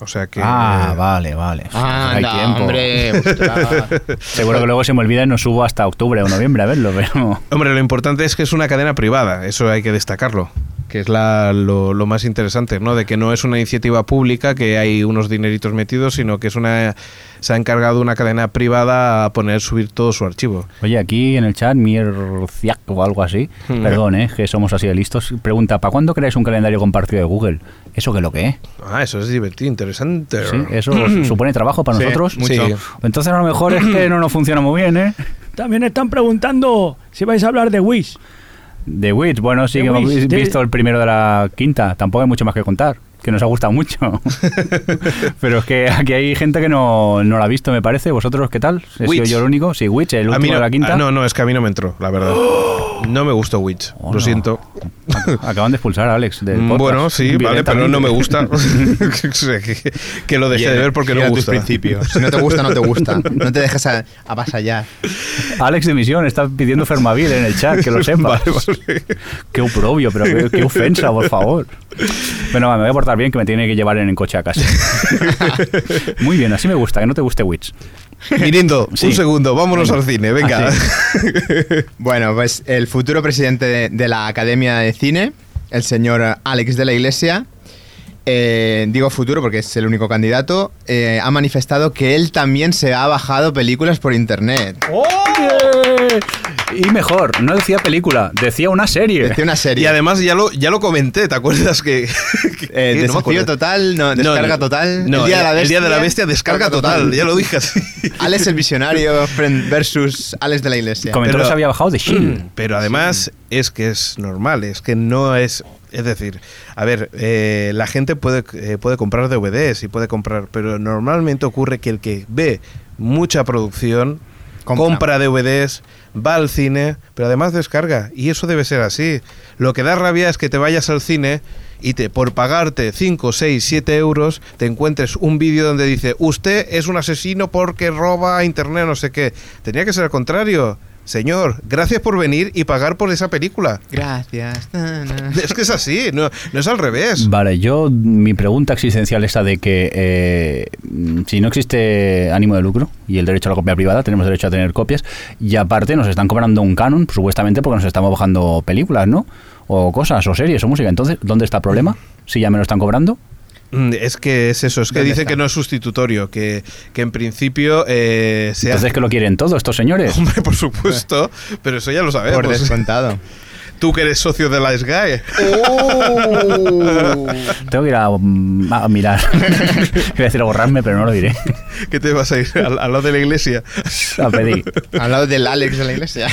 Speaker 2: O sea que... eh,
Speaker 3: Ah, vale, vale.
Speaker 4: Ah,
Speaker 3: Hay
Speaker 4: anda,
Speaker 3: tiempo.
Speaker 4: hombre. ostras.
Speaker 3: Seguro que luego se me olvida y no subo hasta octubre o noviembre a verlo, pero.
Speaker 2: Hombre, lo importante es que es una cadena privada, eso hay que destacarlo, que es la- lo, lo más interesante, ¿no? De que no es una iniciativa pública, que hay unos dineritos metidos, sino que es una se ha encargado una cadena privada a poner subir todo su archivo.
Speaker 3: Oye, aquí en el chat, Mierciac o algo así,
Speaker 2: Hmm.
Speaker 3: perdón, ¿eh? que somos así de listos, pregunta, ¿para cuándo creáis un calendario compartido de Google? ¿Eso qué es lo que es?
Speaker 2: Ah, eso es divertido, interesante.
Speaker 3: ¿Sí? ¿Eso os supone trabajo para
Speaker 4: Sí,
Speaker 3: nosotros?
Speaker 4: mucho.
Speaker 2: Mm. Sí.
Speaker 3: Entonces a lo mejor es que no nos funciona muy bien, ¿eh?
Speaker 5: También están preguntando si vais a hablar de Wish.
Speaker 3: The Witch, bueno, sí
Speaker 5: The
Speaker 3: que
Speaker 5: Witch,
Speaker 3: hemos
Speaker 5: de-
Speaker 3: visto el primero de la quinta, tampoco hay mucho más que contar, que nos ha gustado mucho. Pero es que aquí hay gente que no, no la ha visto, me parece. ¿Vosotros qué tal? ¿He sido
Speaker 2: Witch.
Speaker 3: yo el único? Sí, Witch, el
Speaker 2: A mí
Speaker 3: último
Speaker 2: no,
Speaker 3: de la quinta.
Speaker 2: ah, no, no, es que a mí no me entró, la verdad. No me gustó Witch,
Speaker 3: Oh,
Speaker 2: lo
Speaker 3: no.
Speaker 2: siento.
Speaker 3: Acaban de expulsar a Alex del
Speaker 2: Mm,
Speaker 3: podcast.
Speaker 2: Bueno, sí, vale, pero no me
Speaker 3: violentamente.
Speaker 2: gusta. O sea, que, que lo dejé de ver porque
Speaker 4: Llega
Speaker 2: no
Speaker 4: a tus
Speaker 2: gusta.
Speaker 4: principios. Si no te gusta, no te gusta. No te dejes a- avasallar.
Speaker 3: Alex de Misión está pidiendo Fermavil en el chat, que lo sepas.
Speaker 2: Vale, vale.
Speaker 3: Qué oprobio, pero qué, qué ofensa, por favor. Bueno, va, me voy a portar bien que me tiene que llevar en el coche a casa. Muy bien, así me gusta, que no te guste Witch.
Speaker 2: Mirindo,
Speaker 3: Sí.
Speaker 2: un segundo, vámonos al cine, venga.
Speaker 3: Ah,
Speaker 4: Bueno, pues el futuro presidente de, de la Academia de Cine, el señor Alex de la Iglesia, eh, digo futuro porque es el único candidato, eh, ha manifestado que él también se ha bajado películas por internet.
Speaker 3: Y mejor, no decía película, decía una serie.
Speaker 4: Decía una serie.
Speaker 2: Y además ya lo, ya lo comenté, ¿te acuerdas que... que- que
Speaker 4: Eh,
Speaker 2: no me
Speaker 4: desafío
Speaker 2: acuerdo?
Speaker 4: total,
Speaker 2: No,
Speaker 4: no, descarga
Speaker 2: no,
Speaker 4: total.
Speaker 2: no,
Speaker 4: el, día de la bestia,
Speaker 2: descarga total, ya lo dije así.
Speaker 4: Alex el visionario friend versus Alex de la Iglesia.
Speaker 2: pero-
Speaker 3: Comentó
Speaker 2: Mm.
Speaker 3: que se había bajado de Shin.
Speaker 2: Pero además es que es normal, es que no es Es decir, a ver, eh, la gente puede, eh, puede comprar DVDs y puede comprar, pero normalmente ocurre que el que ve mucha producción compra,
Speaker 4: Compra.
Speaker 2: DVDs, va al cine, pero además descarga. Y eso debe ser así. Lo que da rabia es que te vayas al cine y te, por pagarte 5, 6, 7 euros, te encuentres un vídeo donde dice, usted es un asesino porque roba internet, no sé qué. Tenía que ser al contrario. Señor, gracias por venir y pagar por esa película.
Speaker 4: Gracias. na, na.
Speaker 2: Es que es así, no, no es al revés.
Speaker 3: Vale, yo mi pregunta existencial esta de que eh, mm, si no existe ánimo de lucro y el derecho a la copia privada, tenemos derecho a tener copias y aparte nos están cobrando un canon, supuestamente porque nos estamos bajando películas, ¿no? O cosas, o series, o música. Entonces, ¿dónde está el problema? Si ya me lo están cobrando.
Speaker 2: Mm, Es que es eso, es que
Speaker 4: ¿Dónde
Speaker 2: dicen
Speaker 4: está?
Speaker 2: que no es sustitutorio, que, que en principio eh, se hace.
Speaker 3: Entonces, que lo quieren todos estos señores.
Speaker 2: Hombre, por supuesto, pero eso ya lo
Speaker 4: Por
Speaker 2: sabemos.
Speaker 4: descontado.
Speaker 2: Tú que eres socio de la SGAE.
Speaker 3: Tengo que ir a, mm, a mirar. Iba a decir a borrarme, pero no lo diré.
Speaker 2: que te vas a ir al, al lado de la iglesia.
Speaker 3: A pedir.
Speaker 4: Al lado del Alex de la iglesia.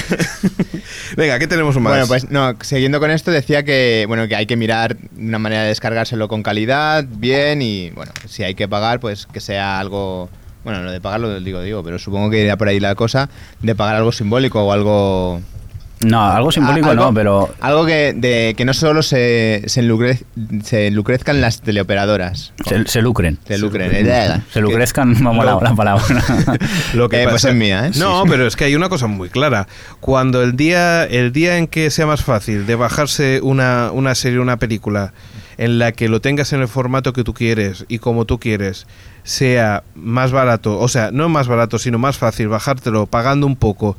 Speaker 2: Venga, ¿qué tenemos más?
Speaker 4: Bueno, pues no, siguiendo con esto decía que bueno, que hay que mirar una manera de descargárselo con calidad, bien y bueno, si hay que pagar, pues que sea algo bueno, lo de pagarlo digo, digo, pero supongo que irá por ahí la cosa de pagar algo simbólico o algo
Speaker 3: No, algo simbólico
Speaker 4: a- Ah, algo-
Speaker 3: no, pero
Speaker 4: algo que de que no solo se se, lucre- se lucrezcan las teleoperadoras.
Speaker 3: se, se lucren.
Speaker 4: Se lucren. eh.
Speaker 3: Se lucrezcan, vamos la, la palabra.
Speaker 2: Lo
Speaker 4: Eh, pues es mía, ¿eh?
Speaker 2: No, pero es que hay una cosa muy clara. Cuando el día, el día en que sea más fácil de bajarse una, una serie, una película, en la que lo tengas en el formato que tú quieres y como tú quieres, sea más barato, o sea, no más barato, sino más fácil bajártelo pagando un poco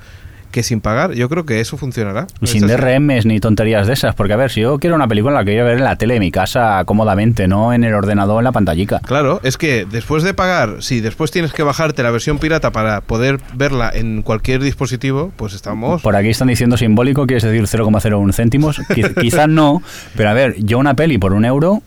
Speaker 2: que sin pagar, yo creo que eso funcionará.
Speaker 3: Y sin
Speaker 2: Es así.
Speaker 3: DRMs ni tonterías de esas, porque a ver, si yo quiero una película la quiero ver en la tele de mi casa cómodamente, no en el ordenador, en la pantallica.
Speaker 2: Claro, es que después de pagar, si después tienes que bajarte la versión pirata para poder verla en cualquier dispositivo, pues estamos.
Speaker 3: Por aquí están diciendo simbólico, quieres decir 0,01 céntimos. Qui- Quizás no, pero a ver, yo una peli por un euro,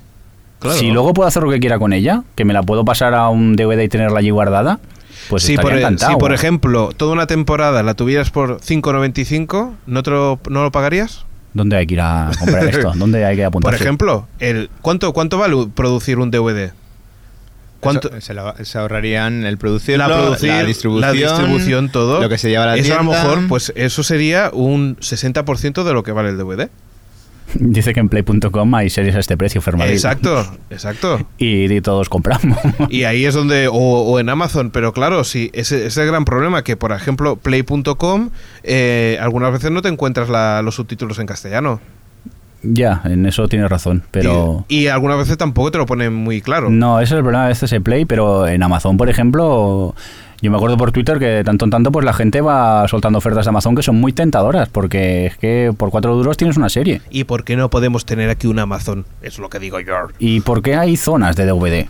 Speaker 2: Claro.
Speaker 3: si luego puedo hacer lo que quiera con ella, que me la puedo pasar a un DVD y tenerla allí guardada, pues
Speaker 2: si,
Speaker 3: estaría
Speaker 2: por,
Speaker 3: encantado.
Speaker 2: si, por ejemplo, toda una temporada la tuvieras por 5.95, ¿no, te lo, ¿no lo pagarías?
Speaker 3: ¿Dónde hay que ir a comprar esto? ¿Dónde hay que apuntar?
Speaker 2: Por ejemplo, el ¿cuánto, ¿cuánto vale producir un DVD? ¿Cuánto?
Speaker 4: Eso- Se, lo- se ahorrarían el producirlo,
Speaker 2: la producir,
Speaker 4: la distribución,
Speaker 2: distribución, todo.
Speaker 4: lo que se lleva a la
Speaker 2: Eso a lo
Speaker 4: tienda.
Speaker 2: mejor, pues eso sería un 60% de lo que vale el DVD.
Speaker 3: Dice que en play.com hay series a este precio, Fermadil.
Speaker 2: Exacto, exacto.
Speaker 3: Y, y todos compramos.
Speaker 2: Y ahí es donde, o, o en Amazon, pero claro, sí, ese es el gran problema, que por ejemplo, play.com, eh, algunas veces no te encuentras la- los subtítulos en castellano.
Speaker 3: ya, en eso tienes razón, pero...
Speaker 2: Y, y algunas veces tampoco te lo ponen muy claro.
Speaker 3: No, ese es el problema de este Play, pero en Amazon, por ejemplo, yo me acuerdo por Twitter que de tanto en tanto pues la gente va soltando ofertas de Amazon que son muy tentadoras, porque es que por cuatro duros tienes una serie.
Speaker 2: ¿Y por qué no podemos tener aquí un Amazon? Es lo que digo yo.
Speaker 3: ¿Y por qué hay zonas de DVD?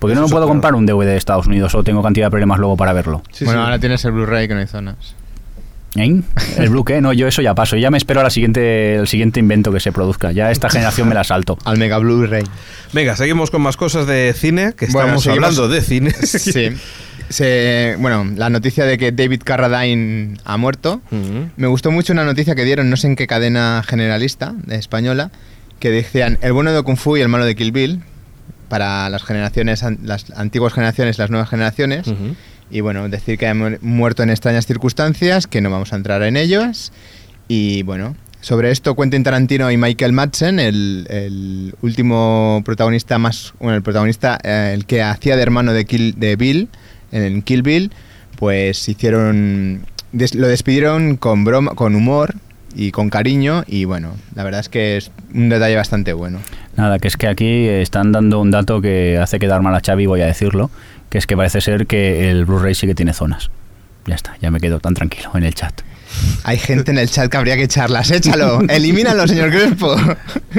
Speaker 3: Porque
Speaker 2: Eso
Speaker 3: no me
Speaker 2: es
Speaker 3: puedo
Speaker 2: otro.
Speaker 3: comprar un DVD de Estados Unidos o tengo cantidad de problemas luego para verlo.
Speaker 4: bueno, ahora tienes el Blu-ray que no hay zonas.
Speaker 3: ¿Eh? ¿El Blue qué? No, yo eso ya paso. Ya me espero a la siguiente, el siguiente invento que se produzca. Ya esta generación me la salto.
Speaker 4: Al Mega Blu-ray.
Speaker 2: Venga, seguimos con más cosas de cine, que
Speaker 4: Bueno,
Speaker 2: estamos
Speaker 4: seguimos-
Speaker 2: hablando de cine.
Speaker 4: Sí. Se- bueno, la noticia de que David Carradine ha muerto.
Speaker 2: Mm.
Speaker 4: Me gustó mucho una noticia que dieron, no sé en qué cadena generalista de española, que decían el bueno de Kung Fu y el malo de Kill Bill para las generaciones, an- las antiguas generaciones, las nuevas generaciones.
Speaker 2: Ujú.
Speaker 4: Y bueno, decir que ha mu- muerto en extrañas circunstancias, que no vamos a entrar en ellas. Y bueno, sobre esto Quentin Tarantino y Michael Madsen, el, el último protagonista más, bueno, el protagonista, eh, el que hacía de hermano de, Kill, de Bill, en Kill Bill, pues hicieron, des- lo despidieron con broma, con humor y con cariño y bueno, la verdad es que es un detalle bastante bueno.
Speaker 3: Nada, que es que aquí están dando un dato que hace quedar mal a Xavi, voy a decirlo, que es que parece ser que el Blu-ray sí que tiene zonas. Ya está, ya me quedo tan tranquilo en el chat.
Speaker 4: Hay gente en el chat que habría que echarlas, échalo, elimínalo, señor Crespo.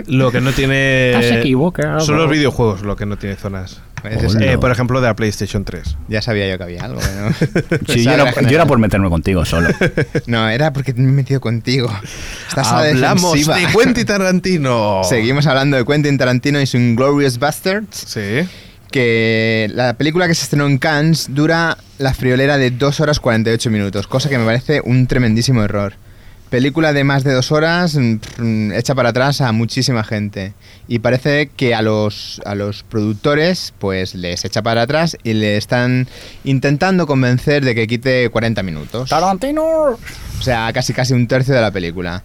Speaker 2: Lo que no
Speaker 3: Estás
Speaker 2: tiene...
Speaker 3: equivocado.
Speaker 2: Son los videojuegos lo que no tiene zonas.
Speaker 4: Es-
Speaker 3: Hola.
Speaker 2: Eh,
Speaker 3: No.
Speaker 2: por ejemplo, de la PlayStation 3.
Speaker 4: Pues Ya sabía yo que había algo. ¿no?
Speaker 3: Sí, yo,
Speaker 4: Pensaba
Speaker 3: era,
Speaker 4: que era
Speaker 3: yo era por meterme contigo solo.
Speaker 4: general. No, era porque me he metido contigo. Estás a la
Speaker 2: Hablamos
Speaker 4: defensiva.
Speaker 2: de Quentin Tarantino.
Speaker 4: Seguimos hablando de Quentin Tarantino y su Inglorious Bastards.
Speaker 2: Sí.
Speaker 4: Que la película que se estrenó en Cannes dura la friolera de 2 horas 48 minutos, cosa que me parece un tremendísimo error. Película de más de dos horas mm, hecha para atrás a muchísima gente. Y parece que a los, a los productores pues les echa para atrás y le están intentando convencer de que quite 40 minutos.
Speaker 3: Tarantino.
Speaker 4: O sea, casi casi un tercio de la película.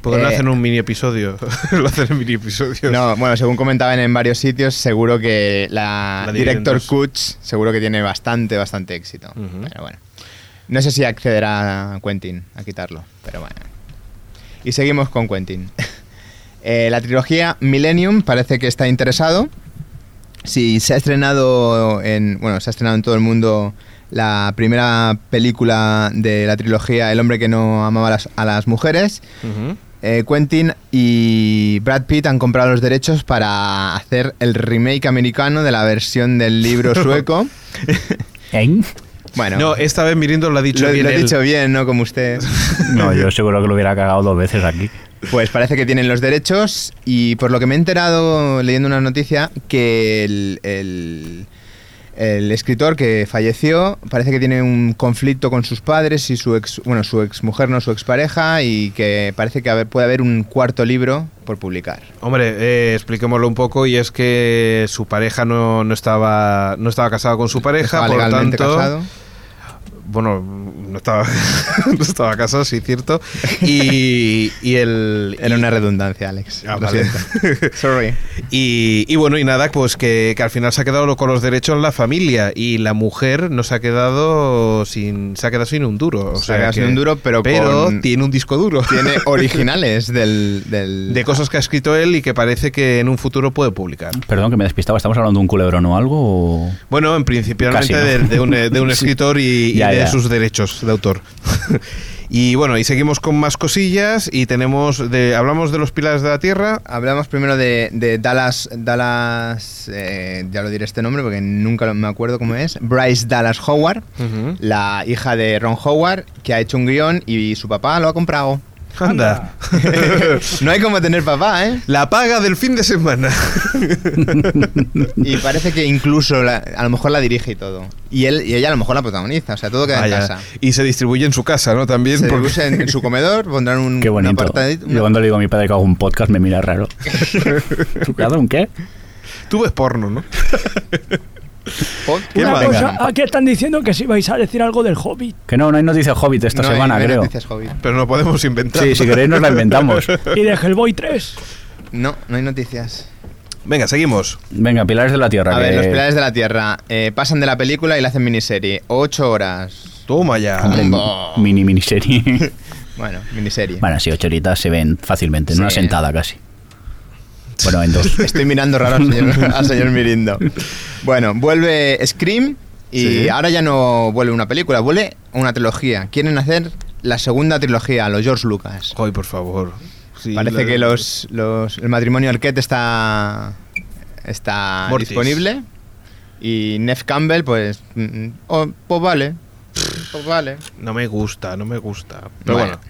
Speaker 2: ¿Por qué no
Speaker 4: Eh,
Speaker 2: hacen un mini episodio? lo hacen en mini episodios.
Speaker 4: No, bueno, según comentaban en varios sitios, seguro que la,
Speaker 2: La dividen
Speaker 4: director
Speaker 2: dos.
Speaker 4: Kutch seguro que tiene bastante, bastante éxito.
Speaker 2: Ujú.
Speaker 4: Pero bueno. No sé si accederá Quentin a quitarlo, pero bueno. Y seguimos con Quentin. Eh, la trilogía Millennium parece que está interesado. Sí, se ha estrenado en. Bueno, se ha estrenado en todo el mundo la primera película de la trilogía El hombre que no amaba a las- a las mujeres.
Speaker 2: Ujú.
Speaker 4: Eh, Quentin y Brad Pitt han comprado los derechos para hacer el remake americano de la versión del libro sueco.
Speaker 3: ¿Eh?
Speaker 4: Bueno,
Speaker 2: No, esta vez Mirindo lo ha dicho
Speaker 4: lo,
Speaker 2: bien.
Speaker 4: lo he
Speaker 2: él.
Speaker 4: dicho bien, ¿no? Como usted.
Speaker 3: No, yo seguro que lo hubiera cagado dos veces aquí.
Speaker 4: Pues parece que tienen los derechos y por lo que me he enterado leyendo una noticia que el, el- el escritor que falleció parece que tiene un conflicto con sus padres y su ex, bueno, su ex mujer, no su expareja y que parece que haber- puede haber un cuarto libro por publicar.
Speaker 2: Hombre, eh, expliquémoslo un poco y es que su pareja no, no estaba no estaba casada con su pareja,
Speaker 4: Estaba
Speaker 2: por lo
Speaker 4: legalmente
Speaker 2: tanto,
Speaker 4: casado.
Speaker 2: bueno, no estaba no estaba casado, sí, cierto, y, y el
Speaker 4: Era una redundancia, Alex.
Speaker 2: Ah,
Speaker 4: Lo
Speaker 2: vale.
Speaker 4: siento. Sorry.
Speaker 2: y, y bueno, y nada, pues que, que al final se ha quedado con los derechos la familia y la mujer no se ha quedado sin se ha quedado sin un duro, o
Speaker 4: Se ha
Speaker 2: sea
Speaker 4: quedado sin
Speaker 2: que-
Speaker 4: un duro, pero con-
Speaker 2: tiene un disco duro.
Speaker 4: Tiene originales del, del-
Speaker 2: de cosas que ha escrito él y que parece que en un futuro puede publicar.
Speaker 3: Perdón que me he despistado, ¿estamos hablando de un culebrón o algo? o-
Speaker 2: Bueno, en principalmente
Speaker 3: Casi, ¿no?
Speaker 2: de, de un, de un
Speaker 3: Sí.
Speaker 2: escritor y, y
Speaker 3: Ya,
Speaker 2: de
Speaker 3: ya.
Speaker 2: sus derechos de autor. y bueno, y seguimos con más cosillas y tenemos de hablamos de los pilares de la tierra.
Speaker 4: Hablamos primero de, de Dallas, Dallas, eh, ya lo diré este nombre porque nunca lo- me acuerdo cómo es, Bryce Dallas Howard, la hija de Ron Howard, que ha hecho un guión y su papá lo ha comprado.
Speaker 2: Anda.
Speaker 4: no hay como tener papá, ¿eh?
Speaker 2: La paga del fin de semana.
Speaker 4: Y parece que incluso la- a lo mejor la dirige y todo. Y él y ella a lo mejor la protagoniza, o sea, todo queda
Speaker 2: Vaya.
Speaker 4: en casa.
Speaker 2: Y se distribuye en su casa, ¿no? También.
Speaker 4: Se
Speaker 2: porque-
Speaker 4: dibuja en, en su comedor, pondrán un,
Speaker 3: Qué
Speaker 4: un
Speaker 3: bonito.
Speaker 4: apartadito-
Speaker 3: Yo cuando le digo a mi padre que hago un podcast me mira raro. ¿Tú un qué?
Speaker 2: Tú ves porno, ¿no?
Speaker 4: pod-
Speaker 2: ¿Qué
Speaker 5: Una
Speaker 2: va?
Speaker 5: cosa,
Speaker 2: Venga.
Speaker 5: aquí están diciendo que si vais a decir algo del Hobbit.
Speaker 3: Que no, no hay noticias Hobbit esta
Speaker 4: No hay-
Speaker 3: semana,
Speaker 4: no hay
Speaker 3: creo.
Speaker 4: noticias, Hobbit.
Speaker 2: Pero no podemos inventar.
Speaker 3: Sí, si queréis nos la inventamos.
Speaker 5: Y de Hellboy 3.
Speaker 4: No, no hay noticias.
Speaker 2: Venga, seguimos.
Speaker 3: Venga, Pilares de la Tierra.
Speaker 4: A ver,
Speaker 3: que-
Speaker 4: los pilares de la Tierra eh, pasan de la película y la hacen miniserie. Ocho horas.
Speaker 2: Toma ya.
Speaker 3: Hombre, mi-
Speaker 4: Bombo.
Speaker 3: mini miniserie.
Speaker 4: Bueno, miniserie.
Speaker 3: bueno, sí, ocho horitas se ven fácilmente, en
Speaker 4: Sí.
Speaker 3: una sentada casi. Bueno, en dos.
Speaker 4: Estoy mirando raro al señor, al señor Mirindo. Bueno, vuelve Scream y
Speaker 2: Sí.
Speaker 4: ahora ya no vuelve una película, vuelve una trilogía. Quieren hacer la segunda trilogía, los George Lucas.
Speaker 2: Joder, por favor. Sí,
Speaker 4: Parece
Speaker 2: la-
Speaker 4: que los, los- el matrimonio Arquette está, está
Speaker 2: Mortis.
Speaker 4: disponible. Y Neff Campbell, pues. mm, mm, oh, pues vale. Pues vale.
Speaker 2: No me gusta, no me gusta. Pero
Speaker 4: Bueno.
Speaker 2: bueno.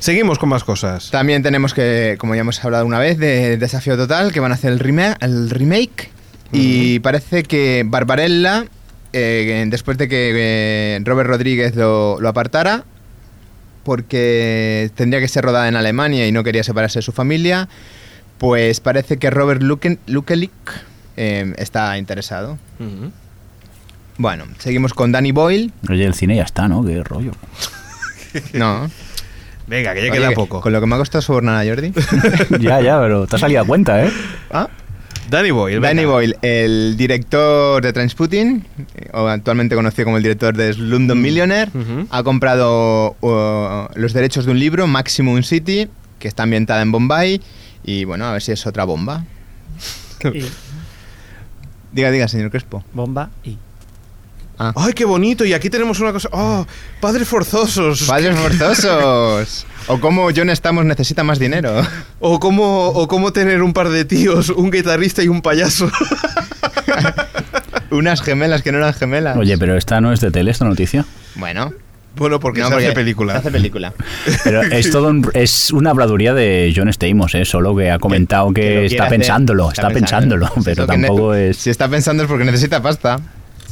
Speaker 2: Seguimos con más cosas.
Speaker 4: También tenemos que, como ya hemos hablado una vez, de Desafío Total, que van a hacer el, rema- el remake. Y parece que Barbarella, eh, después de que eh, Robert Rodríguez lo, lo apartara, porque tendría que ser rodada en Alemania y no quería separarse de su familia, pues parece que Robert Luken- Lukelich eh, está interesado.
Speaker 2: Ujú.
Speaker 4: Bueno, seguimos con Danny Boyle.
Speaker 3: Oye, el cine ya está, ¿no? Qué rollo.
Speaker 4: No.
Speaker 2: Venga, que ya
Speaker 4: Oye,
Speaker 2: queda poco.
Speaker 4: Con lo que me ha costado sobornar a Jordi.
Speaker 3: ya, ya, pero te ha salido a cuenta, ¿eh?
Speaker 4: Ah.
Speaker 2: Danny Boyle. venga.
Speaker 4: Danny Boyle, el director de Transputin, eh, o actualmente conocido como el director de London Millionaire,
Speaker 2: Mm. Ujú.
Speaker 4: ha comprado uh, los derechos de un libro, Maximum City, que está ambientada en Bombay, y bueno, a ver si es otra bomba.
Speaker 5: Y
Speaker 4: Diga, diga, señor Crespo.
Speaker 5: bomba y.
Speaker 4: Ah.
Speaker 2: ¡Ay, qué bonito! Y aquí tenemos una cosa. ¡Oh! ¡Padres forzosos!
Speaker 4: ¡Padres forzosos! O cómo John Estamos necesita más dinero.
Speaker 2: O, cómo, o cómo tener un par de tíos, un guitarrista y un payaso.
Speaker 4: Unas gemelas que no eran gemelas.
Speaker 3: Oye, pero esta no es de tele, esta noticia.
Speaker 4: Bueno.
Speaker 2: bueno, porque
Speaker 4: no,
Speaker 2: se hace película.
Speaker 4: se hace película.
Speaker 3: Pero es todo un- es una habladuría de John Stamos, ¿eh? Solo que ha comentado que,
Speaker 4: lo quiere
Speaker 3: está
Speaker 4: hacer,
Speaker 3: pensándolo, está, pensándolo,
Speaker 4: ¿eh? Si es
Speaker 3: pero
Speaker 4: lo que ne-
Speaker 3: tampoco es...
Speaker 4: Si está pensando es porque necesita pasta.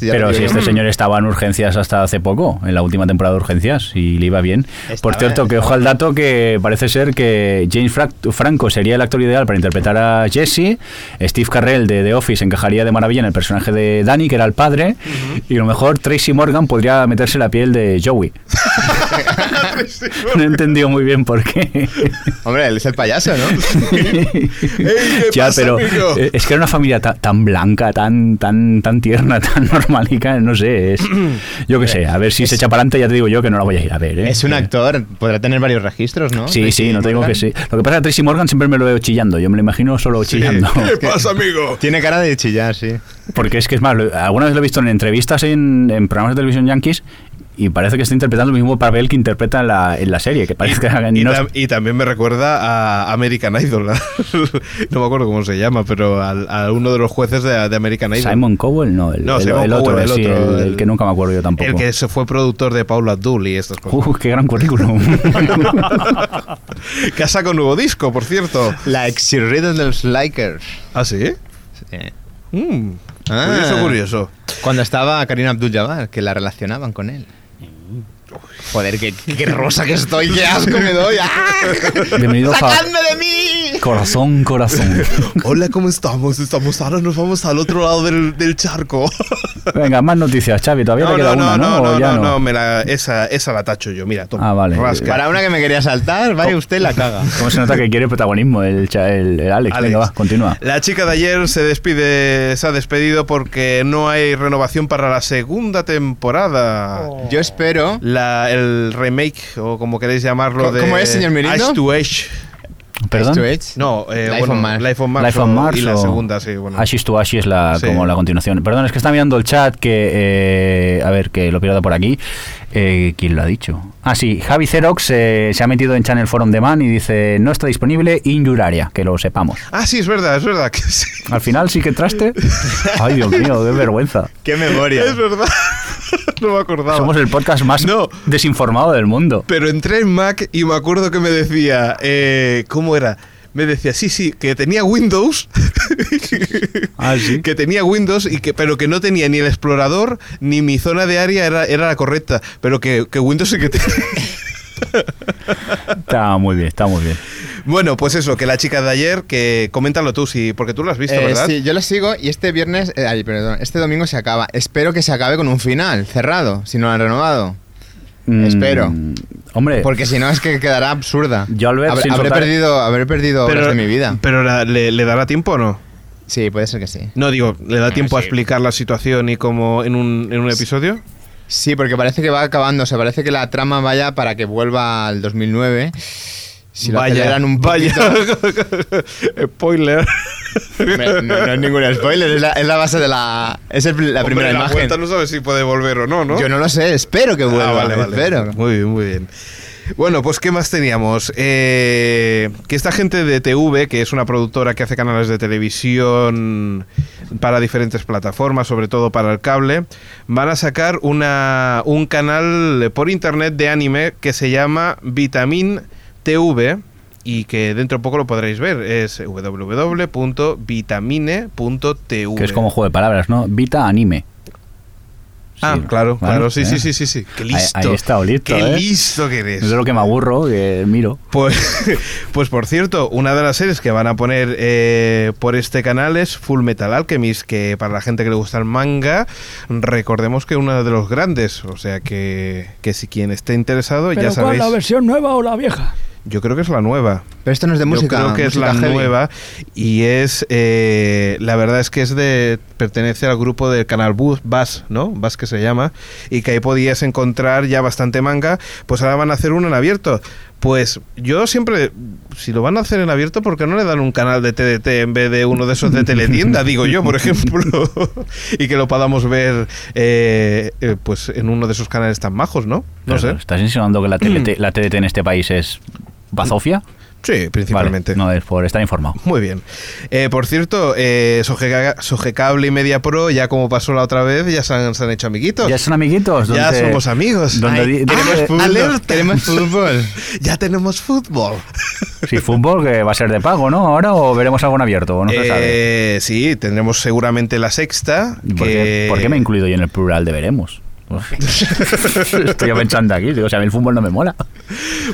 Speaker 4: ya
Speaker 3: Pero
Speaker 4: te
Speaker 3: si
Speaker 4: digo
Speaker 3: este
Speaker 4: yo.
Speaker 3: señor estaba en urgencias hasta hace poco, en la última temporada de urgencias, y le iba bien.
Speaker 4: Estaba-
Speaker 3: Por cierto, que ojo al dato que parece ser que James Fra- Franco sería el actor ideal para interpretar a Jesse, Steve Carrell de The Office encajaría de maravilla en el personaje de Danny, que era el padre, y a lo mejor Tracy Morgan podría meterse la piel de Joey. no he entendido muy bien por qué.
Speaker 4: Hombre, él es el payaso, ¿no?
Speaker 2: ¿qué
Speaker 3: ya,
Speaker 2: pasa,
Speaker 3: pero
Speaker 2: amigo?
Speaker 3: eh, es que era una familia ta- tan blanca, tan, tan, tan tierna, tan normalica, no sé, es, yo qué sé, a ver si se echa para adelante, ya te digo yo que no la voy a ir a ver. ¿eh?
Speaker 4: es un
Speaker 3: Eh,
Speaker 4: actor, podrá tener varios registros, ¿no?
Speaker 3: Sí, sí, no te digo que sí. Lo que pasa es que Tracy Morgan siempre me lo veo chillando, yo me lo imagino solo chillando.
Speaker 2: ¿Qué pasa, amigo?
Speaker 4: Tiene cara de chillar, sí.
Speaker 3: Porque es que es más, lo- alguna vez lo he visto en entrevistas en, en programas de televisión yankees y parece que está interpretando el mismo papel que interpreta en la, en la serie, que parece que
Speaker 2: Y,
Speaker 3: no es-
Speaker 2: tam- y también me recuerda a American Idol. no me acuerdo cómo se llama, pero al- a, uno de los jueces de, de American Idol.
Speaker 3: Simon Cowell, no, el,
Speaker 2: No,
Speaker 3: el-
Speaker 2: Simon
Speaker 3: el otro,
Speaker 2: Cowell, el
Speaker 3: sí,
Speaker 2: otro,
Speaker 3: el- el
Speaker 2: el-
Speaker 3: que nunca me acuerdo yo tampoco.
Speaker 2: El que se fue productor de Paula Abdul y estas cosas.
Speaker 3: Uh, qué gran currículum.
Speaker 2: Casa con nuevo disco, por cierto.
Speaker 4: La exirrida de los Likers.
Speaker 2: ¿Ah, sí? Mm,
Speaker 4: Ah.
Speaker 2: Curioso, curioso.
Speaker 4: Cuando estaba Karina Abdul-Jabbar, que la relacionaban con él. Joder, qué, qué rosa que estoy, qué asco me doy. ¡Ah!
Speaker 3: Bienvenido a-
Speaker 4: ¡Sacadme de mí!
Speaker 3: corazón, corazón.
Speaker 2: Hola, ¿cómo estamos? Estamos ahora, nos vamos al otro lado del, del charco.
Speaker 3: Venga, más noticias, Xavi. Todavía te queda una, ¿no? ¿O
Speaker 2: no,
Speaker 3: ya
Speaker 2: no, no, me la- esa, esa la tacho yo, mira, toma.
Speaker 3: Ah, vale. Oh.
Speaker 2: Rasca.
Speaker 4: Para una que me quería saltar, vaya usted y la caga.
Speaker 3: ¿Cómo se nota que quiere protagonismo el, cha- el- el Alex?
Speaker 2: Alex.
Speaker 3: Venga, va, continúa.
Speaker 2: La chica de ayer se despide, se ha despedido porque no hay renovación para la segunda temporada.
Speaker 4: Yo espero...
Speaker 2: La, el remake, o como queréis llamarlo,
Speaker 4: ¿Cómo-
Speaker 2: de.
Speaker 4: cómo es, señor Mirindo?
Speaker 2: Ash to Ash.
Speaker 3: ¿Perdón?
Speaker 4: Esto es-
Speaker 2: No, eh,
Speaker 4: Life
Speaker 2: bueno,
Speaker 4: on Mars.
Speaker 2: Life on Mars.
Speaker 3: Life on
Speaker 2: o-
Speaker 3: Mars
Speaker 2: Y la
Speaker 3: o-
Speaker 2: segunda, sí, bueno.
Speaker 3: Ashes to Ashes la,
Speaker 2: Sí.
Speaker 3: como la continuación. Perdón, es que está mirando el chat que... eh, a ver, que lo pierdo por aquí. Eh, ¿Quién lo ha dicho? Ah, sí, Javi Xerox eh, se ha metido en Channel Forum Demand y dice no está disponible in your area, que lo sepamos.
Speaker 2: Ah, sí, es verdad, es verdad que sí.
Speaker 3: Al final sí que traste. Ay, Dios mío, qué vergüenza.
Speaker 4: ¡Qué memoria!
Speaker 2: Es verdad. no me acordaba.
Speaker 3: Somos el podcast más
Speaker 2: No.
Speaker 3: desinformado del mundo.
Speaker 2: Pero entré en Mac y me acuerdo que me decía, eh, ¿cómo era? Me decía, sí, sí, que tenía Windows,
Speaker 3: Ah, sí.
Speaker 2: que tenía Windows, y que, pero que no tenía ni el explorador, ni mi zona de área era, era la correcta, pero que, que Windows sí que tenía.
Speaker 3: Está muy bien, está muy bien.
Speaker 2: bueno, pues eso, que la chica de ayer, que coméntalo tú, sí, porque tú lo has visto,
Speaker 4: Eh,
Speaker 2: ¿verdad?
Speaker 4: sí, yo la sigo y este viernes, eh, ay, perdón, este domingo se acaba. Espero que se acabe con un final cerrado, si no lo han renovado.
Speaker 3: Mm,
Speaker 4: Espero.
Speaker 2: Eh.
Speaker 3: Hombre,
Speaker 4: Porque si no es que quedará absurda.
Speaker 3: Yo al ver,
Speaker 4: Habré,
Speaker 3: sin
Speaker 4: habré
Speaker 3: soltar-
Speaker 4: perdido, habré perdido horas de mi vida.
Speaker 2: Pero la- le, le dará tiempo o no?
Speaker 4: Sí, puede ser que sí.
Speaker 2: No, digo, ¿le da tiempo a explicar la situación y como en un, en un episodio?
Speaker 4: Sí, porque parece que va acabando, o sea, parece que la trama vaya para que vuelva al 2009. Si lo aceleran un
Speaker 2: vaya.
Speaker 4: poquito-
Speaker 2: Spoiler.
Speaker 4: Me- no, no es ningún spoiler, es la, es la base de la... Es el- la
Speaker 2: Hombre,
Speaker 4: primera
Speaker 2: la
Speaker 4: imagen.
Speaker 2: vuelta no sabes si puede volver o no, ¿no?
Speaker 4: Yo no lo sé, espero que
Speaker 2: Ah,
Speaker 4: vuelva,
Speaker 2: vale, vale.
Speaker 4: espero.
Speaker 2: Muy bien, muy bien. Bueno, pues ¿qué más teníamos? Eh, que esta gente de TV, que es una productora que hace canales de televisión para diferentes plataformas, sobre todo para el cable, van a sacar una, un canal por internet de anime que se llama Vitamin TV y que dentro de poco lo podréis ver. Es www.vitamine.tv.
Speaker 3: que es como juego de palabras, ¿no? Vita anime.
Speaker 2: Ah,
Speaker 3: Sí,
Speaker 2: claro, claro, sí,
Speaker 3: ¿eh?
Speaker 2: sí, sí, sí, sí. Qué listo.
Speaker 3: Ahí, ahí está, listo,
Speaker 2: Qué
Speaker 3: ¿eh?
Speaker 2: listo que eres.
Speaker 3: Es de lo que me aburro, que miro.
Speaker 2: Pues, pues por cierto, una de las series que van a poner eh, por este canal es Full Metal Alchemist, que para la gente que le gusta el manga, recordemos que uno de los grandes, o sea que, que si quien esté interesado,
Speaker 5: ¿Pero
Speaker 2: Pues ya
Speaker 5: cuál,
Speaker 2: sabéis,
Speaker 5: la versión nueva o la vieja?
Speaker 2: yo creo que es la nueva.
Speaker 4: Pero esto no es de música.
Speaker 2: Yo creo que es
Speaker 4: música
Speaker 2: la
Speaker 4: heavy.
Speaker 2: nueva y es eh, la verdad es que es de pertenece al grupo del canal Bus Bass, ¿no? Bass que se llama y que ahí podías encontrar ya bastante manga, pues ahora van a hacer uno en abierto. Pues yo siempre si lo van a hacer en abierto ¿por qué no le dan un canal de TDT en vez de uno de esos de teletienda, digo yo, por ejemplo, y que lo podamos ver eh, eh, pues en uno de esos canales tan majos, ¿no? No
Speaker 3: Pero,
Speaker 2: sé. Mm.
Speaker 3: ¿Estás insinuando que la TDT, la TDT en este país es bazofia?
Speaker 2: Sí, principalmente.
Speaker 3: Vale, no, es por estar informado.
Speaker 2: Muy bien. Eh, por cierto, eh, Sogeca- Sogecable y Media Pro, ya como pasó la otra vez, ya se han, se han hecho amiguitos.
Speaker 3: Ya son amiguitos.
Speaker 2: Ya
Speaker 3: entonces-
Speaker 2: somos amigos.
Speaker 3: donde
Speaker 2: Ay,
Speaker 3: di-
Speaker 2: tenemos
Speaker 3: donde-
Speaker 2: fútbol.
Speaker 4: alerta.
Speaker 2: Tenemos fútbol. ya tenemos fútbol.
Speaker 3: Sí, fútbol que va a ser de pago, ¿no? Ahora o veremos algo en abierto, no se sabe.
Speaker 2: Eh, sí, tendremos seguramente la sexta.
Speaker 3: ¿Por,
Speaker 2: que-
Speaker 3: qué, por qué me he incluido yo en el plural de veremos? Estoy pensando aquí, digo, o sea, a mí el fútbol no me mola.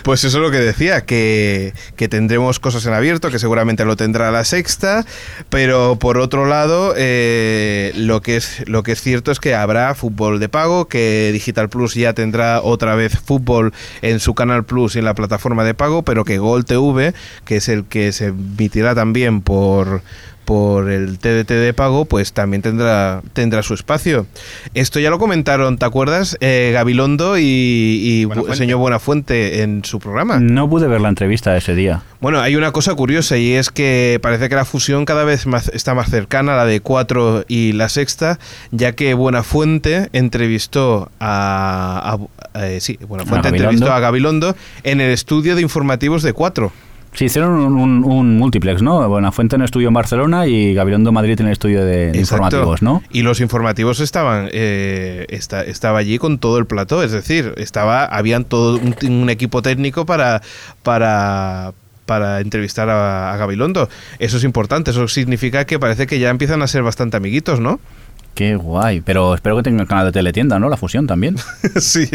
Speaker 2: Pues eso es lo que decía, que, que tendremos cosas en abierto, que seguramente lo tendrá la sexta, pero por otro lado, eh, lo, que es, lo que es cierto es que habrá fútbol de pago, que Digital Plus ya tendrá otra vez fútbol en su canal Plus y en la plataforma de pago, pero que Gol TV, que es el que se emitirá también por por el TDT de pago, pues también tendrá, tendrá su espacio. Esto ya lo comentaron, ¿te acuerdas? Eh, Gabilondo y, y bu-
Speaker 4: Buenafuente.
Speaker 2: señor Buenafuente en su programa.
Speaker 3: No pude ver la entrevista ese día.
Speaker 2: Bueno, hay una cosa curiosa y es que parece que la fusión cada vez más, está más cercana, la de 4 y la sexta, ya que Buenafuente entrevistó a, a- eh, sí, Buenafuente
Speaker 3: A Gabilondo.
Speaker 2: entrevistó a Gabilondo en el estudio de informativos de 4.
Speaker 3: Sí, hicieron un, un- un multiplex, ¿no? Bueno, Fuente en el estudio en Barcelona y Gabilondo Madrid en el estudio de, de
Speaker 2: Exacto.
Speaker 3: informativos, ¿no?
Speaker 2: Y los informativos estaban eh, esta- estaba allí con todo el plató, es decir, estaba habían todo un, un equipo técnico para para para entrevistar a, a Gabilondo. Eso es importante, eso significa que parece que ya empiezan a ser bastante amiguitos, ¿no?
Speaker 3: Qué guay, pero espero que tenga el canal de teletienda, ¿no? La fusión también.
Speaker 2: sí.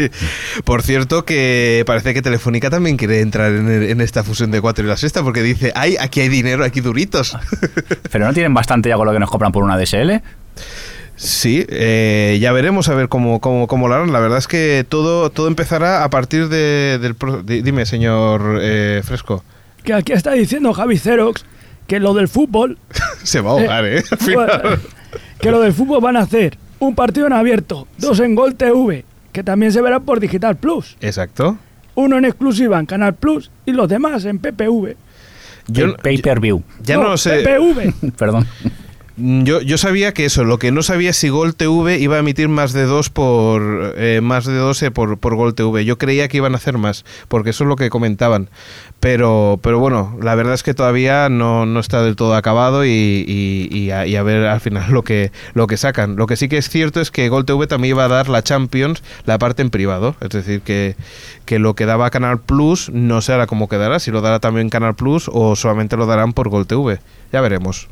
Speaker 2: Por cierto, que parece que Telefónica también quiere entrar en, el- en esta fusión de cuatro y la sexta, porque dice, ay, aquí hay dinero, aquí duritos.
Speaker 3: Pero no tienen bastante ya con lo que nos compran por una DSL.
Speaker 2: Sí, eh, ya veremos a ver cómo, cómo, cómo lo harán. La verdad es que todo, todo empezará a partir de, del... pro- di- dime, señor eh, Fresco.
Speaker 5: Que aquí está diciendo Javi Xerox que lo del fútbol.
Speaker 2: Se va a ahogar, ¿eh? Al final.
Speaker 5: que lo del fútbol van a hacer un partido en abierto, dos en Gol TV, que también se verá por Digital Plus,
Speaker 2: Exacto.
Speaker 5: uno en exclusiva en Canal Plus y los demás en PPV.
Speaker 2: Yo,
Speaker 3: el pay-per-view.
Speaker 2: ya no, lo sé.
Speaker 5: PPV.
Speaker 3: Perdón.
Speaker 2: Mm, Yo, yo sabía que eso, lo que no sabía es si Gol TV iba a emitir más de dos por eh, más de 12 por, por Gol TV. Yo creía que iban a hacer más, porque eso es lo que comentaban. Pero, pero bueno, la verdad es que todavía no, no está del todo acabado y, y- y a, y a ver al final lo que, lo que sacan. Lo que sí que es cierto es que Gol TV también iba a dar la Champions, la parte en privado. Es decir, que, que lo que daba Canal Plus no sé ahora cómo quedará, si lo dará también Canal Plus o solamente lo darán por Gol TV. Ya veremos.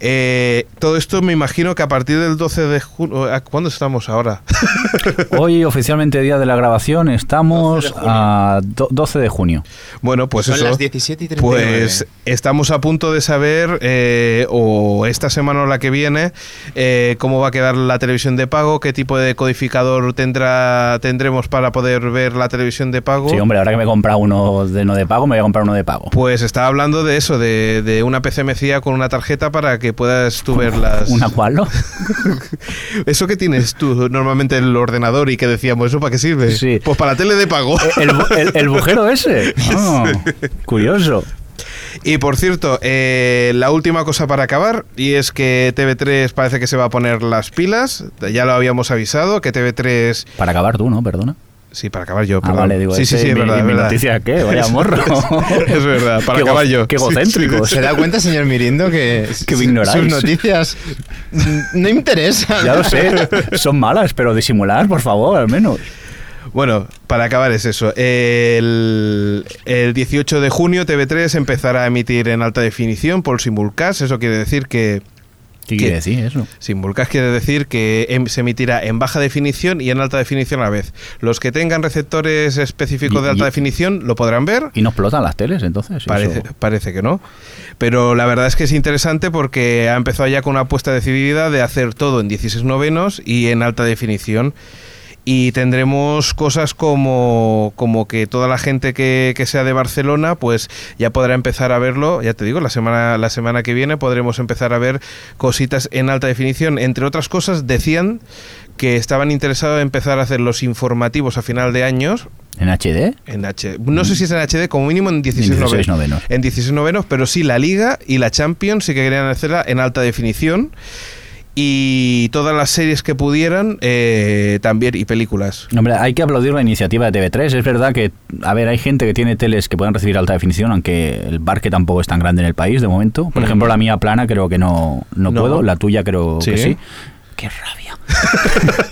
Speaker 2: Eh, todo esto me imagino que a partir del 12 de junio. ¿Cuándo estamos ahora?
Speaker 3: Hoy, oficialmente día de la grabación, estamos
Speaker 4: 12 de junio.
Speaker 3: a do- 12 de junio.
Speaker 2: Bueno, pues
Speaker 4: Son
Speaker 2: eso.
Speaker 4: las 17 y 39.
Speaker 2: Pues estamos a punto de saber, eh, o esta semana o la que viene, eh, cómo va a quedar la televisión de pago, qué tipo de codificador tendrá, tendremos para poder ver la televisión de pago.
Speaker 3: Sí, hombre, ahora que me he comprado uno de no de pago, me voy a comprar uno de pago.
Speaker 2: Pues estaba hablando de eso, de, de una PC mecía con una tarjeta para que puedas tú ver las.
Speaker 3: ¿Una cual? no? Eh,
Speaker 2: Eso que tienes tú normalmente en el ordenador y que decíamos, ¿eso para qué sirve?
Speaker 3: Sí. Eh,
Speaker 2: Pues para la tele de pago.
Speaker 3: El, bu- el- el bujero ese. Ah, curioso.
Speaker 2: Y por cierto, eh, la última cosa para acabar, y es que TV3 parece que se va a poner las pilas, ya lo habíamos avisado, que TV3...
Speaker 3: Para acabar tú, ¿no? Perdona.
Speaker 2: Sí, para acabar yo,
Speaker 3: Ah,
Speaker 2: perdón.
Speaker 3: vale, digo,
Speaker 2: sí, sí,
Speaker 3: ese,
Speaker 2: sí, es
Speaker 3: mi-
Speaker 2: verdad,
Speaker 3: mi
Speaker 2: es verdad.
Speaker 3: noticia, ¿qué? Vaya
Speaker 2: Es-
Speaker 3: morro.
Speaker 2: Es, es verdad, para
Speaker 3: Qué
Speaker 2: acabar
Speaker 3: go-
Speaker 2: yo.
Speaker 3: qué
Speaker 2: Sí, sí,
Speaker 3: egocéntricos.
Speaker 4: ¿Se da cuenta, señor Mirindo, que,
Speaker 3: que me
Speaker 4: su-
Speaker 3: ignoráis.
Speaker 4: sus noticias no interesan?
Speaker 3: Ya lo sé. Son malas, pero disimular, por favor, al menos.
Speaker 2: Bueno, para acabar es eso. El, el 18 de junio TV3 empezará a emitir en alta definición por simulcast, eso quiere decir que...
Speaker 3: ¿Qué,
Speaker 2: quiere
Speaker 3: quiere decir eso?
Speaker 2: Simulcast quiere decir que em- se emitirá en baja definición y en alta definición a la vez. Los que tengan receptores específicos
Speaker 3: Y-
Speaker 2: de alta
Speaker 3: y-
Speaker 2: definición lo podrán ver.
Speaker 3: ¿Y no explotan las teles entonces?
Speaker 2: Parece,
Speaker 3: Eso-
Speaker 2: parece que no. Pero la verdad es que es interesante porque ha empezado ya con una apuesta decidida de hacer todo en 16 novenos y en alta definición. Y tendremos cosas como, como que toda la gente que, que sea de Barcelona, pues ya podrá empezar a verlo. Ya te digo, la semana, la semana que viene podremos empezar a ver cositas en alta definición. Entre otras cosas, decían que estaban interesados en empezar a hacer los informativos a final de años,
Speaker 3: ¿En HD?
Speaker 2: en H, no sé si es en HD, como mínimo en 16,
Speaker 3: 16
Speaker 2: novenos.
Speaker 3: novenos.
Speaker 2: En 16 novenos, pero sí la Liga y la Champions sí que querían hacerla en alta definición. y todas las series que pudieran eh, también y películas.
Speaker 3: Hombre, hay que aplaudir la iniciativa de TV3. Es verdad que, a ver, hay gente que tiene teles que puedan recibir alta definición, aunque el parque tampoco es tan grande en el país de momento. Por
Speaker 2: Mm.
Speaker 3: ejemplo, la mía plana creo que no, no,
Speaker 2: No.
Speaker 3: puedo, la tuya creo que
Speaker 2: Sí.
Speaker 3: sí. ¡Qué rabia!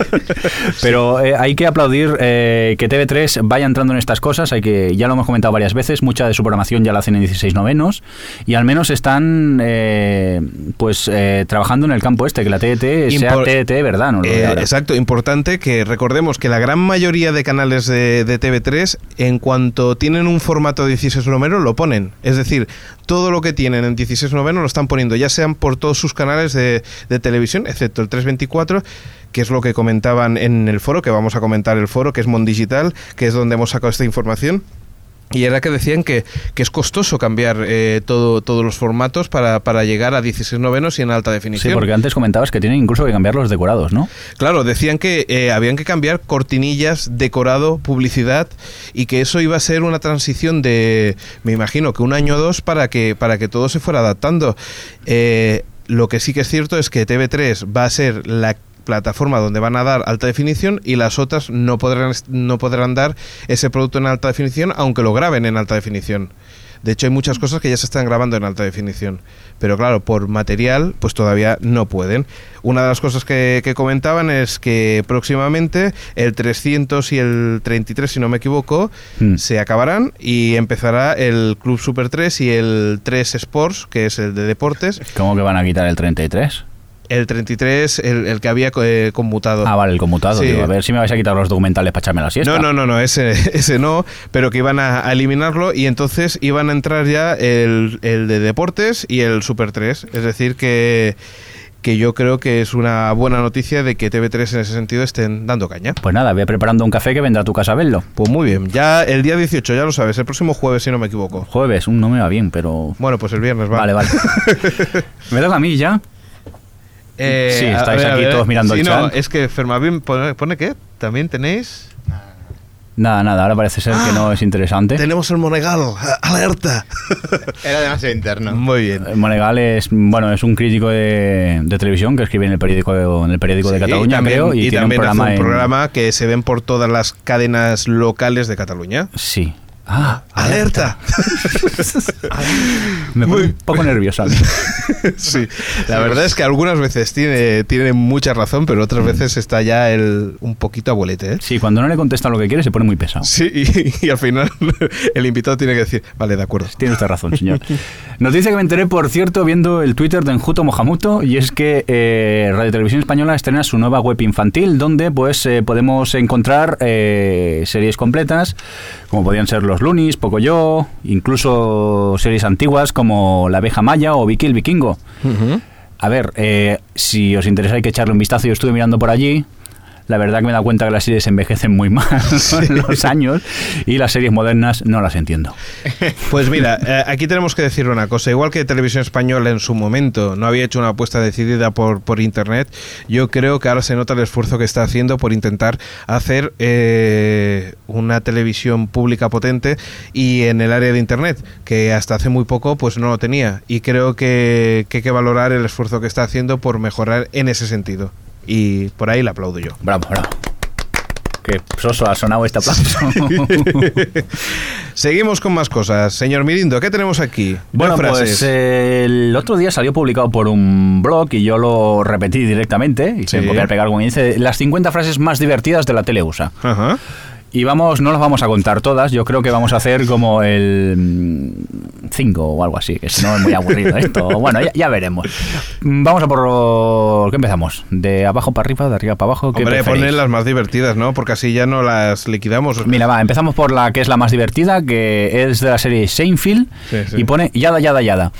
Speaker 3: Pero eh, hay que aplaudir eh, que TV3 vaya entrando en estas cosas. Hay que ya lo hemos comentado varias veces. Mucha de su programación ya la hacen en 16 novenos y al menos están eh, pues eh, trabajando en el campo este que la TDT sea
Speaker 2: Impor-
Speaker 3: TDT, verdad. No lo de
Speaker 2: Eh,
Speaker 3: ahora.
Speaker 2: exacto, importante que recordemos que la gran mayoría de canales de, de TV3, en cuanto tienen un formato de 16 noveno, lo ponen. Es decir, todo lo que tienen en 16 noveno lo están poniendo, ya sean por todos sus canales de, de televisión, excepto el 324, que es lo que comentaban en el foro, que vamos a comentar el foro, que es Mondigital, que es donde hemos sacado esta información. Y era que decían que, que es costoso cambiar eh, todo, todos los formatos para, para llegar a 16 novenos y en alta
Speaker 3: Sí,
Speaker 2: definición.
Speaker 3: porque antes comentabas que tienen incluso que cambiar los decorados, ¿no?
Speaker 2: Claro, decían que eh, habían que cambiar cortinillas, decorado, publicidad y que eso iba a ser una transición de, me imagino, que un año o dos para que, para que todo se fuera adaptando. Eh, lo que sí que es cierto es que TV3 va a ser la plataforma donde van a dar alta definición y las otras no podrán, no podrán dar ese producto en alta definición aunque lo graben en alta definición. De hecho, hay muchas cosas que ya se están grabando en alta definición. Pero claro, por material, pues todavía no pueden. Una de las cosas que, que comentaban es que próximamente el 300 y el 33, si no me equivoco,
Speaker 3: Hmm.
Speaker 2: se acabarán y empezará el Club Super 3 y el 3 Sports, que es el de deportes.
Speaker 3: ¿Cómo que van a quitar el 33?
Speaker 2: El 33, el, el que había eh, conmutado.
Speaker 3: Ah, vale, el conmutado.
Speaker 2: Sí.
Speaker 3: digo, a ver si me vais a quitar los documentales para echarme la siesta.
Speaker 2: No, no, no, no, ese, ese no, pero que iban a, a eliminarlo y entonces iban a entrar ya el, el de deportes y el Super 3. Es decir, que, que yo creo que es una buena noticia de que TV3 en ese sentido estén dando caña.
Speaker 3: Pues nada, voy preparando un café que vendrá a tu casa a verlo.
Speaker 2: Pues muy bien, ya el día 18, ya lo sabes, el próximo jueves, si no me equivoco.
Speaker 3: Jueves, un no me va bien, pero.
Speaker 2: Bueno, pues el viernes va.
Speaker 3: Vale, vale. me toca a mí ya.
Speaker 2: Eh,
Speaker 3: Sí,
Speaker 2: a
Speaker 3: estáis
Speaker 2: ver, a
Speaker 3: aquí
Speaker 2: ver.
Speaker 3: todos mirando
Speaker 2: Sí,
Speaker 3: el
Speaker 2: no,
Speaker 3: chat.
Speaker 2: Es que Fermabim pone, pone que también tenéis.
Speaker 3: Nada, nada, ahora parece ser que
Speaker 2: Ah.
Speaker 3: no es interesante.
Speaker 2: Tenemos el Monegal, alerta.
Speaker 4: Era demasiado interno.
Speaker 2: Muy bien.
Speaker 3: Eh, Monegal es, bueno, es un crítico de, de televisión que escribe en el periódico, en el periódico de
Speaker 2: Sí,
Speaker 3: Cataluña,
Speaker 2: también-
Speaker 3: creo, y,
Speaker 2: y
Speaker 3: tiene un
Speaker 2: también
Speaker 3: programa,
Speaker 2: hace un
Speaker 3: en-
Speaker 2: programa que se ven por todas las cadenas locales de Cataluña.
Speaker 3: Sí. Ah,
Speaker 2: ¡Alerta!
Speaker 3: me pone
Speaker 2: Muy-
Speaker 3: un poco nerviosa.
Speaker 2: sí, pues. la verdad es que algunas veces tiene, tiene mucha razón, pero otras veces está ya el, un poquito abuelete. ¿eh?
Speaker 3: Sí, cuando no le contesta lo que quiere se pone muy pesado.
Speaker 2: Sí, y, y al final el invitado tiene que decir, vale, de acuerdo.
Speaker 3: Tiene usted razón, señor. Noticia que me enteré, por cierto, viendo el Twitter de Enjuto Mohamuto, y es que eh, Radio Televisión Española estrena su nueva web infantil, donde pues eh, podemos encontrar eh, series completas, como podían ser Los Lunis, Pocoyo, incluso series antiguas como La abeja maya o Vicky el vikingo. A ver, eh, si os interesa hay que echarle un vistazo. Yo estuve mirando por allí. La verdad que me he dado cuenta que las series envejecen muy mal con los años y las series modernas no las entiendo.
Speaker 2: Pues mira, eh, aquí tenemos que decir una cosa. Igual que Televisión Española en su momento no había hecho una apuesta decidida por, por Internet, yo creo que ahora se nota el esfuerzo que está haciendo por intentar hacer eh, una televisión pública potente y en el área de Internet, que hasta hace muy poco pues no lo tenía. Y creo que, que hay que valorar el esfuerzo que está haciendo por mejorar en ese sentido. Y por ahí le aplaudo yo.
Speaker 3: Bravo, bravo. Qué soso ha sonado este aplauso.
Speaker 2: Seguimos con más cosas. Señor Mirindo, ¿qué tenemos aquí? Dos
Speaker 3: bueno,
Speaker 2: frases.
Speaker 3: pues eh, el otro día salió publicado por un blog y yo lo repetí directamente. Y se
Speaker 2: Sí.
Speaker 3: copiar pegar como dice, las 50 frases más divertidas de la teleusa.
Speaker 2: Ajá.
Speaker 3: Y vamos, no las vamos a contar todas, yo creo que vamos a hacer como el 5 o algo así, que si no es muy aburrido esto. Bueno, ya, ya veremos. Mm, Vamos a por lo... ¿Qué empezamos? ¿De abajo para arriba, de arriba para abajo? ¿Qué
Speaker 2: Hombre,
Speaker 3: preferís?
Speaker 2: poner las más divertidas, ¿no? Porque así ya no las liquidamos.
Speaker 3: Mira, va, empezamos por la que es la más divertida, que es de la serie Seinfeld,
Speaker 2: Sí, sí.
Speaker 3: y pone Yada, Yada, Yada.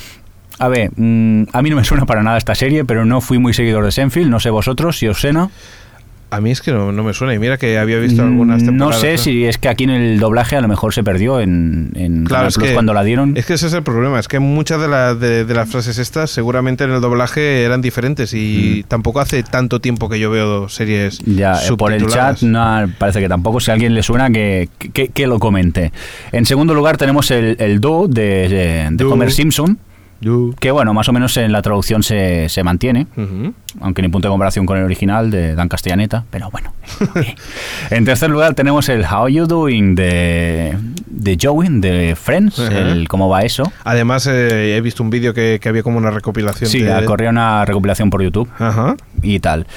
Speaker 3: A ver, mm, a mí no me suena para nada esta serie, pero no fui muy seguidor de Seinfeld, no sé vosotros si os suena.
Speaker 2: A mí es que no, no me suena. Y mira que había visto algunas
Speaker 3: Mm, no
Speaker 2: temporadas.
Speaker 3: sé si es que aquí en el doblaje a lo mejor se perdió en, en Canal
Speaker 2: Claro, es
Speaker 3: Plus
Speaker 2: que,
Speaker 3: cuando la dieron.
Speaker 2: es que ese es el problema. Es que muchas de, la- de- de las frases estas seguramente en el doblaje eran diferentes y tampoco hace tanto tiempo que yo veo series
Speaker 3: Mm. Ya, eh, por el
Speaker 2: subtituladas.
Speaker 3: chat no, parece que tampoco. Si a alguien le suena, que, que, que lo comente. En segundo lugar tenemos el, el Do de, de, de
Speaker 2: Do.
Speaker 3: Homer Simpson.
Speaker 2: You.
Speaker 3: Que bueno, más o menos en la traducción se, se mantiene,
Speaker 2: Ujú.
Speaker 3: aunque ni punto de comparación con el original de Dan Castellaneta, pero bueno. ok. en tercer lugar tenemos el How You Doing de, de Joey, de Friends,
Speaker 2: Ajá.
Speaker 3: el cómo va eso.
Speaker 2: Además, eh, he visto un vídeo que, que había como una recopilación.
Speaker 3: Sí,
Speaker 2: de...
Speaker 3: corría una recopilación por YouTube
Speaker 2: Ajá.
Speaker 3: y tal.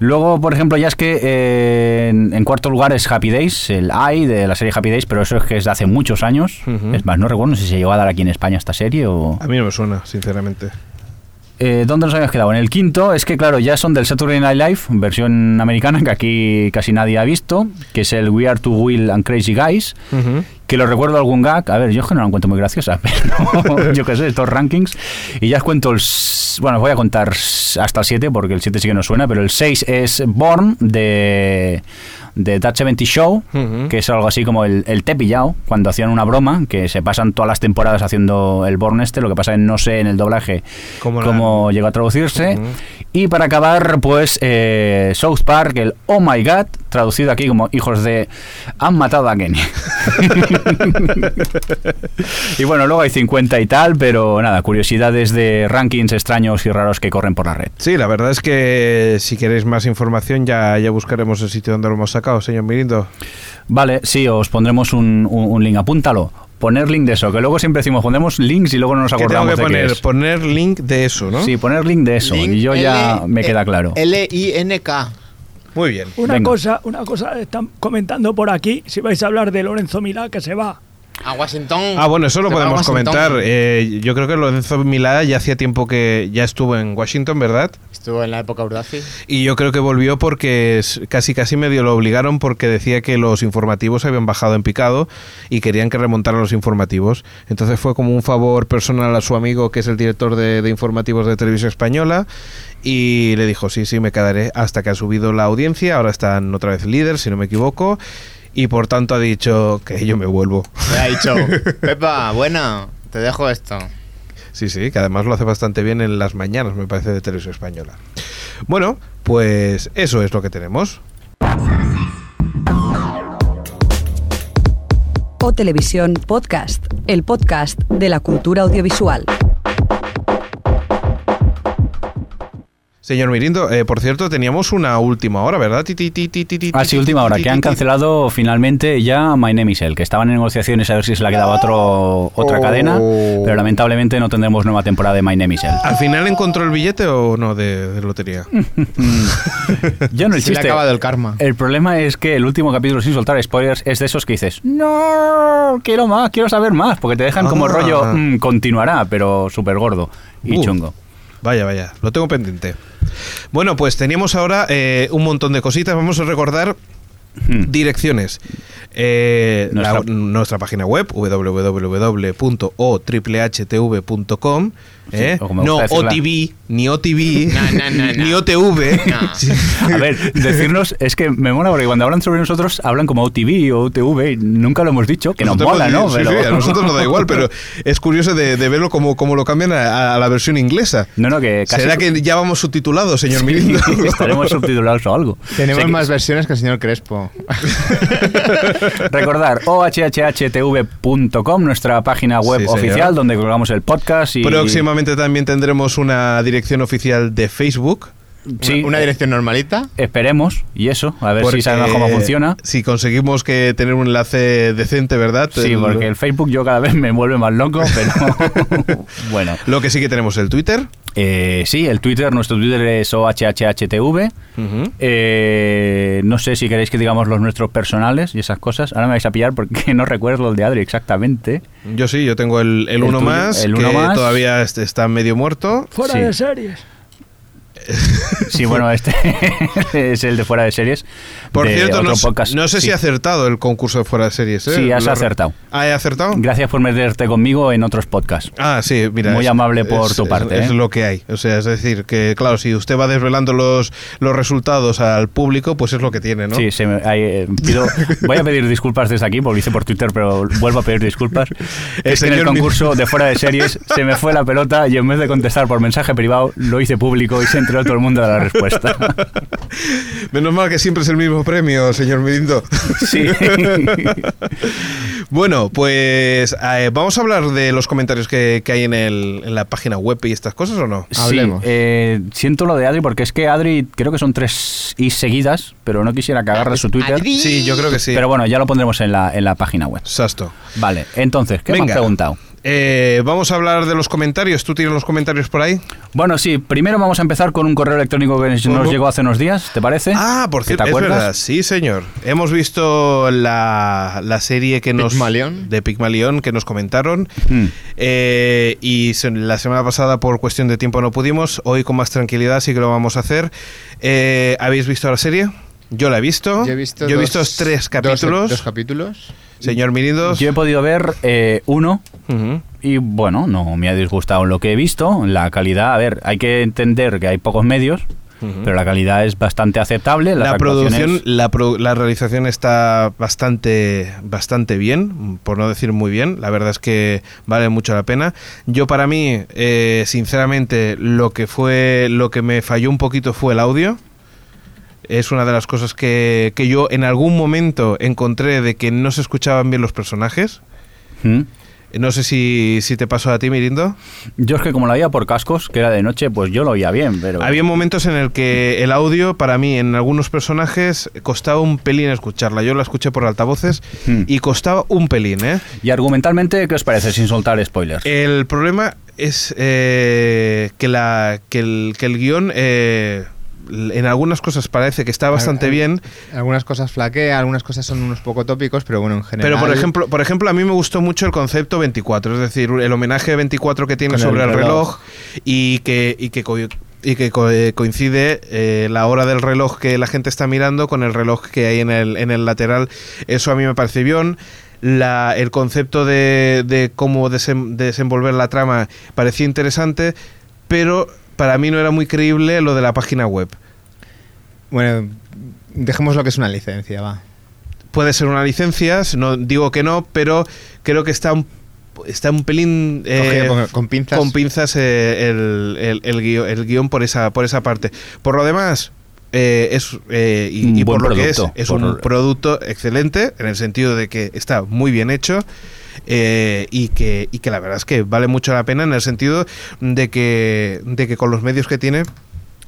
Speaker 3: Luego, por ejemplo, ya es que eh, en, en cuarto lugar es Happy Days, el I de la serie Happy Days, pero eso es que es de hace muchos años.
Speaker 2: Ujú.
Speaker 3: Es más, no recuerdo si se llegó a dar aquí en España esta serie o...
Speaker 2: A mí no me suena, sinceramente.
Speaker 3: Eh, ¿Dónde nos habíamos quedado? En el quinto, es que claro, ya son del Saturday Night Live, versión americana, que aquí casi nadie ha visto, que es el We Are Two Will and Crazy Guys,
Speaker 2: Ujú.
Speaker 3: que lo recuerdo algún gag, a ver, yo es que no lo encuentro muy graciosa, pero yo qué sé, estos rankings, y ya os cuento el... s- Bueno, os voy a contar s- hasta el 7, porque el 7 sí que nos suena, pero el 6 es Born de, de That 70 Show,
Speaker 2: Ujú.
Speaker 3: que es algo así como el, el te he pillado, cuando hacían una broma, que se pasan todas las temporadas haciendo el Born este, lo que pasa es que no sé en el doblaje
Speaker 2: Cómo
Speaker 3: cómo,
Speaker 2: la-
Speaker 3: llegó a traducirse.
Speaker 2: Ujú.
Speaker 3: Y para acabar, pues eh, South Park, el Oh My God, traducido aquí como hijos de han matado a Kenny. y bueno, luego hay 50 y tal, pero nada, curiosidades de rankings extraños y raros que corren por la red.
Speaker 2: Sí, la verdad es que si queréis más información ya, ya buscaremos el sitio donde lo hemos sacado, señor Mirindo.
Speaker 3: Vale, sí, os pondremos un, un- un link, apúntalo. Poner link de eso, que luego siempre decimos pondremos links y luego no nos
Speaker 2: Que tengo
Speaker 3: acordamos
Speaker 2: que
Speaker 3: de qué
Speaker 2: poner,
Speaker 3: es.
Speaker 2: poner link de eso, ¿no?
Speaker 3: Sí, poner link de eso. y yo ya
Speaker 4: Link
Speaker 3: me
Speaker 4: L-
Speaker 3: queda claro.
Speaker 4: L-I-N-K.
Speaker 2: Muy bien.
Speaker 5: Una
Speaker 3: Venga.
Speaker 5: cosa, una cosa están comentando por aquí, si vais a hablar de Lorenzo Milá que se va.
Speaker 4: A Washington.
Speaker 2: Ah, bueno, eso lo
Speaker 4: Se va a
Speaker 2: podemos
Speaker 4: Washington.
Speaker 2: comentar. Eh, yo creo que Lorenzo Milá ya hacía tiempo que ya estuvo en Washington, ¿verdad?
Speaker 4: Estuvo en la época Urdaci.
Speaker 2: Y yo creo que volvió porque es- casi casi medio lo obligaron porque decía que los informativos habían bajado en picado y querían que remontaran los informativos. Entonces fue como un favor personal a su amigo que es el director de, de informativos de Televisión Española y le dijo, sí, sí, me quedaré hasta que ha subido la audiencia. Ahora están otra vez líder, si no me equivoco. Y por tanto ha dicho que yo me vuelvo.
Speaker 4: Le ha dicho, Pepa, bueno, te dejo esto.
Speaker 2: Sí, sí, que además lo hace bastante bien en las mañanas, me parece, de Televisión Española. Bueno, pues eso es lo que tenemos.
Speaker 1: O Televisión Podcast, el podcast de la cultura audiovisual.
Speaker 2: Señor Mirindo, eh, por cierto, teníamos una última hora, ¿verdad? Ti, ti, ti, ti, ti, ti,
Speaker 3: Ah,
Speaker 2: ti,
Speaker 3: sí,
Speaker 2: ti,
Speaker 3: última hora,
Speaker 2: ti,
Speaker 3: que
Speaker 2: ti,
Speaker 3: han
Speaker 2: ti.
Speaker 3: cancelado finalmente ya My Name is Hell, que estaban en negociaciones a ver si se la quedaba otro, otra
Speaker 2: Oh.
Speaker 3: cadena, pero lamentablemente no tendremos nueva temporada de My Name is Hell.
Speaker 2: ¿Al final encontró el billete o no de, de lotería?
Speaker 3: Mm. Yo no el
Speaker 4: Se le ha
Speaker 3: chiste.
Speaker 4: acabado el karma.
Speaker 3: El problema es que el último capítulo sin soltar spoilers es de esos que dices, no, quiero más, quiero saber más, porque te dejan como
Speaker 2: Ah.
Speaker 3: rollo, "Mm, continuará, pero súper gordo y
Speaker 2: Uh.
Speaker 3: chungo.
Speaker 2: Vaya, vaya, lo tengo pendiente. Bueno, pues teníamos ahora eh, un montón de cositas. Vamos a recordar
Speaker 3: Mm.
Speaker 2: direcciones. Eh, la- nuestra...
Speaker 3: Nuestra-
Speaker 2: página web, www.otriplehtv.com. ¿eh?
Speaker 3: o como me
Speaker 2: No
Speaker 3: gusta decirla.
Speaker 2: OTV, ni OTV,
Speaker 4: No, no, no, no.
Speaker 2: ni OTV.
Speaker 4: No.
Speaker 2: Sí.
Speaker 3: A ver, decirnos, es que me mola porque cuando hablan sobre nosotros hablan como OTV o OTV, y nunca lo hemos dicho, que nos
Speaker 2: Nosotros
Speaker 3: mola, ¿no?
Speaker 2: sí,
Speaker 3: Pero-
Speaker 2: sí, a nosotros nos da igual, pero es curioso de, de verlo como, como lo cambian a, a la versión inglesa.
Speaker 3: No, no, que casi
Speaker 2: ¿Será que ya vamos subtitulados, señor Mirindo?
Speaker 3: estaremos subtitulados o algo.
Speaker 4: Tenemos
Speaker 3: Sé que-
Speaker 4: más versiones que el señor Crespo.
Speaker 3: Recordar ohhtv.com, nuestra página web
Speaker 2: Sí, señor.
Speaker 3: oficial donde colgamos el podcast y
Speaker 2: Próximamente también tendremos una dirección oficial de Facebook.
Speaker 3: Sí,
Speaker 4: Una dirección normalita.
Speaker 3: esperemos y eso, a ver
Speaker 2: porque
Speaker 3: si sabemos cómo funciona.
Speaker 2: Si conseguimos que tener un enlace decente, ¿verdad?
Speaker 3: Sí,
Speaker 2: El-
Speaker 3: porque el Facebook yo cada vez me vuelve más loco, pero bueno.
Speaker 2: Lo que sí que tenemos el Twitter.
Speaker 3: Eh, sí, el Twitter, nuestro Twitter es ohhtv. Eh, no sé si queréis que digamos los nuestros personales y esas cosas. Ahora me vais a pillar porque no recuerdo el de Adri exactamente.
Speaker 2: Yo sí, yo tengo el, el
Speaker 3: El
Speaker 2: uno
Speaker 3: tuyo,
Speaker 2: más,
Speaker 3: el uno
Speaker 2: que
Speaker 3: más.
Speaker 2: todavía est- está medio muerto.
Speaker 5: Fuera
Speaker 3: Sí.
Speaker 5: de series.
Speaker 3: Sí, bueno, este es el de fuera de series.
Speaker 2: Por
Speaker 3: de
Speaker 2: cierto,
Speaker 3: otro
Speaker 2: no, sé-
Speaker 3: podcast.
Speaker 2: no sé
Speaker 3: Sí.
Speaker 2: si he acertado el concurso de fuera de series. ¿eh?
Speaker 3: Sí, has
Speaker 2: Lo-
Speaker 3: acertado.
Speaker 2: Ah, he acertado.
Speaker 3: Gracias por meterte conmigo en otros podcasts.
Speaker 2: Ah, sí, mira.
Speaker 3: Muy amable por tu
Speaker 2: es-
Speaker 3: parte,
Speaker 2: Es,
Speaker 3: ¿eh?
Speaker 2: lo que hay. O sea, es decir, que claro, si usted va desvelando los, los resultados al público, pues es lo que tiene, ¿no?
Speaker 3: Sí, se me- ahí, eh, pido- voy a pedir disculpas desde aquí, porque lo hice por Twitter, pero vuelvo a pedir disculpas.
Speaker 2: El
Speaker 3: Es que en el
Speaker 2: señor Mil-
Speaker 3: concurso de fuera de series se me fue la pelota y en vez de contestar por mensaje privado, lo hice público y se enteró todo el mundo de la respuesta.
Speaker 2: Menos mal que siempre es el mismo premio, señor Mirindo.
Speaker 3: Sí.
Speaker 2: Bueno, pues eh, vamos a hablar de los comentarios que, que hay en, el- en la página web y estas cosas o no.
Speaker 3: Sí,
Speaker 4: Hablemos.
Speaker 3: eh, siento lo de Adri porque es que Adri creo que son tres y seguidas, pero no quisiera cagar de su Twitter.
Speaker 4: Adri.
Speaker 2: Sí, yo creo que sí.
Speaker 3: Pero bueno, ya lo pondremos en la, en la página web.
Speaker 2: Sasto.
Speaker 3: Vale, entonces, ¿qué me
Speaker 2: Venga.
Speaker 3: han preguntado?
Speaker 2: Eh, vamos a hablar de los comentarios. ¿Tú tienes los comentarios por ahí?
Speaker 3: Bueno, sí, primero vamos a empezar con un correo electrónico que nos
Speaker 2: Ujú.
Speaker 3: llegó hace unos días, ¿te parece?
Speaker 2: Ah, por
Speaker 3: ¿Que
Speaker 2: cierto,
Speaker 3: ¿Eh? ¿Te
Speaker 2: es
Speaker 3: acuerdas?
Speaker 2: verdad, sí, señor. Hemos visto la, la serie que nos.
Speaker 4: Pigmalión.
Speaker 2: De Pigmalión que nos comentaron.
Speaker 3: Mm.
Speaker 2: Eh, y se- la semana pasada, por cuestión de tiempo, no pudimos. Hoy, con más tranquilidad, sí que lo vamos a hacer. Eh, ¿Habéis visto la serie? Yo la he visto.
Speaker 4: Yo he visto,
Speaker 2: Yo
Speaker 4: dos-
Speaker 2: tres
Speaker 4: dos-
Speaker 2: capítulos.
Speaker 4: Dos, capítulos.
Speaker 2: señor Miridos.
Speaker 3: Yo he podido ver eh, uno
Speaker 2: Ujú.
Speaker 3: y bueno, no me ha disgustado lo que he visto. La calidad, a ver, hay que entender que hay pocos medios, pero la calidad es bastante aceptable. las
Speaker 2: La
Speaker 3: actuaciones-
Speaker 2: producción, la, pro- la realización está bastante, bastante bien, por no decir muy bien. La verdad es que vale mucho la pena. Yo para mí, eh, sinceramente, lo que fue, lo que me falló un poquito fue el audio. Es una de las cosas que, que yo en algún momento encontré de que no se escuchaban bien los personajes.
Speaker 3: Mm.
Speaker 2: No sé si, si te pasó a ti, Mirindo.
Speaker 3: Yo es que como la veía por cascos, que era de noche, pues yo lo oía bien, pero...
Speaker 2: Había momentos en el que el audio, para mí, en algunos personajes, costaba un pelín escucharla. Yo la escuché por altavoces
Speaker 3: Hmm.
Speaker 2: y costaba un pelín, ¿eh?
Speaker 3: Y argumentalmente, ¿qué os parece sin soltar spoilers?
Speaker 2: El problema es eh, que, la, que, el, que el guión, eh, en algunas cosas parece que está bastante
Speaker 4: Ah, ah.
Speaker 2: bien,
Speaker 4: Algunas cosas flaquea, algunas cosas son unos poco tópicos, pero bueno, en general.
Speaker 2: pero por ejemplo, por ejemplo, a mí me gustó mucho el concepto 24, es decir, el homenaje 24 que tiene
Speaker 3: Con el
Speaker 2: sobre el reloj,
Speaker 3: reloj.
Speaker 2: y que, y que, co- y que co- eh, coincide eh, la hora del reloj que la gente está mirando con el reloj que hay en el, en el lateral. Eso a mí me parece bien. La- el concepto de, de cómo desem- desenvolver la trama parecía interesante, pero para mí no era muy creíble lo de la página web.
Speaker 4: Bueno, dejemos lo que es una licencia, va.
Speaker 2: puede ser una licencia, no digo que no, pero creo que está un, está un pelín
Speaker 4: Cogido con- con pinzas.
Speaker 2: Eh, con pinzas, eh, el, el- el guio- el guión por esa por esa parte. Por lo demás eh, es eh,
Speaker 3: Un
Speaker 2: y, y por
Speaker 3: buen
Speaker 2: lo que es
Speaker 3: producto,
Speaker 2: es
Speaker 3: por-
Speaker 2: un producto excelente en el sentido de que está muy bien hecho. eh, y, que, y que la verdad es que vale mucho la pena en el sentido de que, de que con los medios que tiene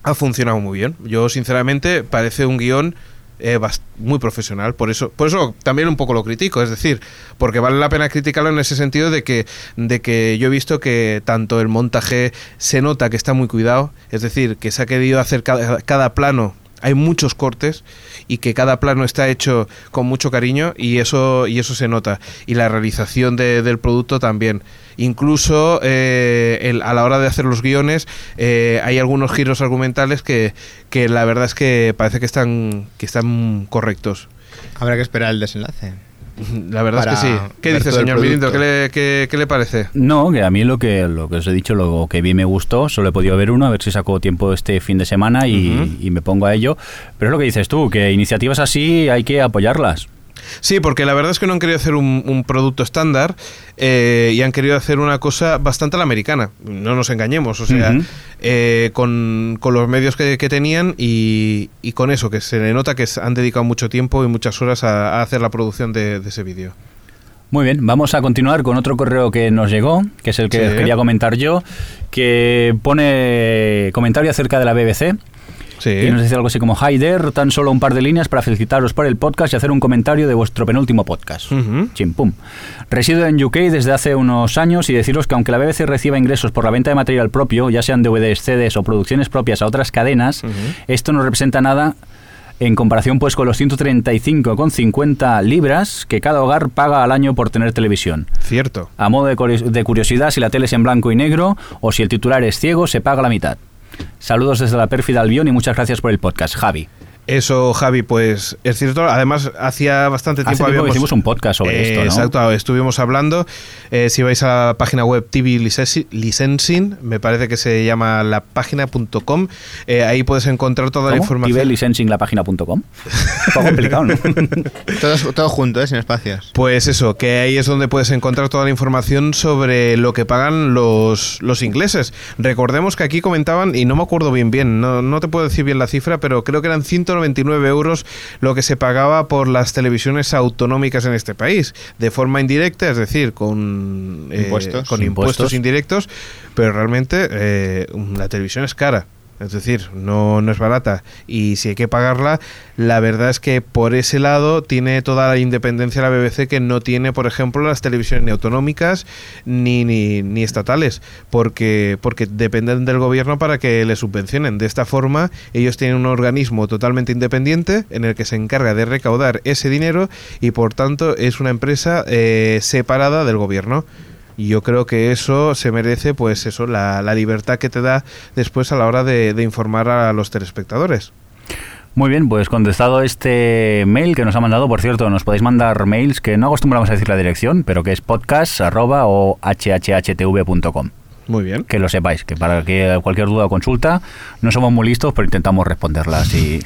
Speaker 2: ha funcionado muy bien. Yo, sinceramente, parece un guión eh, bas- muy profesional. Por eso, por eso también un poco lo critico. Es decir, porque vale la pena criticarlo en ese sentido de que, de que yo he visto que tanto el montaje se nota que está muy cuidado. Es decir, que se ha querido hacer cada, cada plano. Hay muchos cortes y que cada plano está hecho con mucho cariño y eso, y eso se nota. Y la realización de- del producto también. Incluso eh, el- a la hora de hacer los guiones eh, hay algunos giros argumentales que, que la verdad es que parece que están, que están correctos.
Speaker 4: Habrá que esperar el desenlace.
Speaker 2: La verdad es que sí.
Speaker 4: Para
Speaker 2: ¿Qué
Speaker 4: ver
Speaker 2: dice,
Speaker 4: todo el
Speaker 2: señor Mirindo? ¿Qué
Speaker 4: producto.
Speaker 2: le, qué- qué le parece?
Speaker 3: No, que a mí lo que, lo que os he dicho, lo que vi me gustó, solo he podido ver uno, a ver si saco tiempo este fin de semana y,
Speaker 2: Ujú.
Speaker 3: y me pongo a ello. Pero es lo que dices tú, que iniciativas así hay que apoyarlas.
Speaker 2: Sí, porque la verdad es que no han querido hacer un, un producto estándar eh, y han querido hacer una cosa bastante a la americana. No nos engañemos, o sea,
Speaker 3: Ujú.
Speaker 2: eh, con, con los medios que, que tenían y, y con eso, que se le nota que se han dedicado mucho tiempo y muchas horas a, a hacer la producción de, de ese vídeo.
Speaker 3: Muy bien, vamos a continuar con otro correo que nos llegó, que es el que
Speaker 2: Sí.
Speaker 3: os quería comentar yo, que pone comentario acerca de la BBC.
Speaker 2: Sí.
Speaker 3: Y nos dice algo así como, Haider, tan solo un par de líneas para felicitaros por el podcast y hacer un comentario de vuestro penúltimo podcast.
Speaker 2: Ujú.
Speaker 3: Chimpum. Resido en UK desde hace unos años y deciros que aunque la BBC reciba ingresos por la venta de material propio, ya sean DVDs, CDs o producciones propias a otras cadenas, esto no representa nada en comparación pues con los 135,50 libras que cada hogar paga al año por tener televisión.
Speaker 2: Cierto.
Speaker 3: A modo de curi- de curiosidad, si la tele es en blanco y negro o si el titular es ciego, se paga la mitad. Saludos desde la pérfida Albión y muchas gracias por el podcast, Javi.
Speaker 2: Eso, Javi, pues es cierto. Además, hacía bastante
Speaker 3: Hace
Speaker 2: tiempo,
Speaker 3: tiempo que
Speaker 2: habíamos- Eh,
Speaker 3: hicimos un podcast sobre esto, ¿no?
Speaker 2: Exacto, estuvimos hablando. Eh, si vais a la página web TV Licesi- Licensing, me parece que se llama la página.com, eh, ahí puedes encontrar toda la información.
Speaker 3: Tibelicensinglapagina.com. Un poco complicado, ¿no?
Speaker 4: Todo, todo junto, ¿eh? sin espacios.
Speaker 2: Pues eso, que ahí es donde puedes encontrar toda la información sobre lo que pagan los, los ingleses. Recordemos que aquí comentaban, y no me acuerdo bien bien, no, no te puedo decir bien la cifra, pero creo que eran 100 199 euros lo que se pagaba por las televisiones autonómicas en este país, de forma indirecta, es decir, con, eh,
Speaker 4: Impuestos.
Speaker 2: con impuestos.
Speaker 3: Impuestos.
Speaker 2: indirectos, pero realmente eh, la televisión es cara. Es decir, no, no es barata. Y si hay que pagarla, la verdad es que por ese lado tiene toda la independencia la BBC que no tiene, por ejemplo, las televisiones ni autonómicas ni, ni, ni estatales, porque, porque dependen del gobierno para que le subvencionen. De esta forma, ellos tienen un organismo totalmente independiente en el que se encarga de recaudar ese dinero y, por tanto, es una empresa eh, separada del gobierno. Y yo creo que eso se merece, pues eso, la, la libertad que te da después a la hora de, de informar a los telespectadores.
Speaker 3: Muy bien, pues contestado este mail que nos ha mandado, por cierto, nos podéis mandar mails que no acostumbramos a decir la dirección, pero que es podcast arroba o hhhtv.com.
Speaker 2: Muy bien.
Speaker 3: Que lo sepáis, que para que cualquier duda o consulta, no somos muy listos, pero intentamos responderlas y,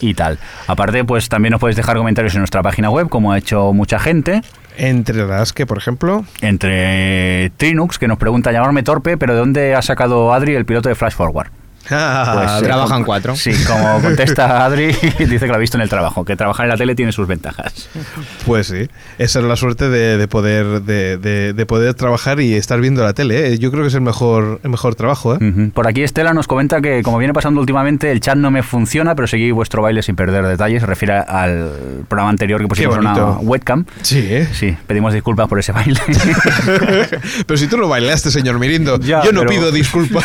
Speaker 3: y tal. Aparte, pues también nos podéis dejar comentarios en nuestra página web, como ha hecho mucha gente,
Speaker 2: Entre las que, por ejemplo,
Speaker 3: entre Trinux, que nos pregunta llamarme torpe, pero ¿de dónde ha sacado Adri el piloto de Flash Forward?
Speaker 4: Ah,
Speaker 2: pues,
Speaker 3: eh,
Speaker 4: trabajan
Speaker 3: como-
Speaker 4: cuatro.
Speaker 3: Sí, como contesta Adri, dice que lo ha visto en el trabajo, que trabajar en la tele tiene sus ventajas.
Speaker 2: Pues sí, esa es la suerte de, de poder de, de- de poder trabajar y estar viendo la tele. ¿eh? Yo creo que es el mejor el mejor trabajo. ¿eh?
Speaker 3: Ujú. Por aquí Estela nos comenta que, como viene pasando últimamente, el chat no me funciona, pero seguí vuestro baile sin perder detalles. Se refiere al programa anterior que pusimos una
Speaker 2: bonito.
Speaker 3: webcam.
Speaker 2: Sí, ¿eh?
Speaker 3: Sí, pedimos disculpas por ese baile.
Speaker 2: pero si tú lo bailaste, señor Mirindo,
Speaker 3: Ya,
Speaker 2: yo no
Speaker 3: pero-
Speaker 2: pido disculpas.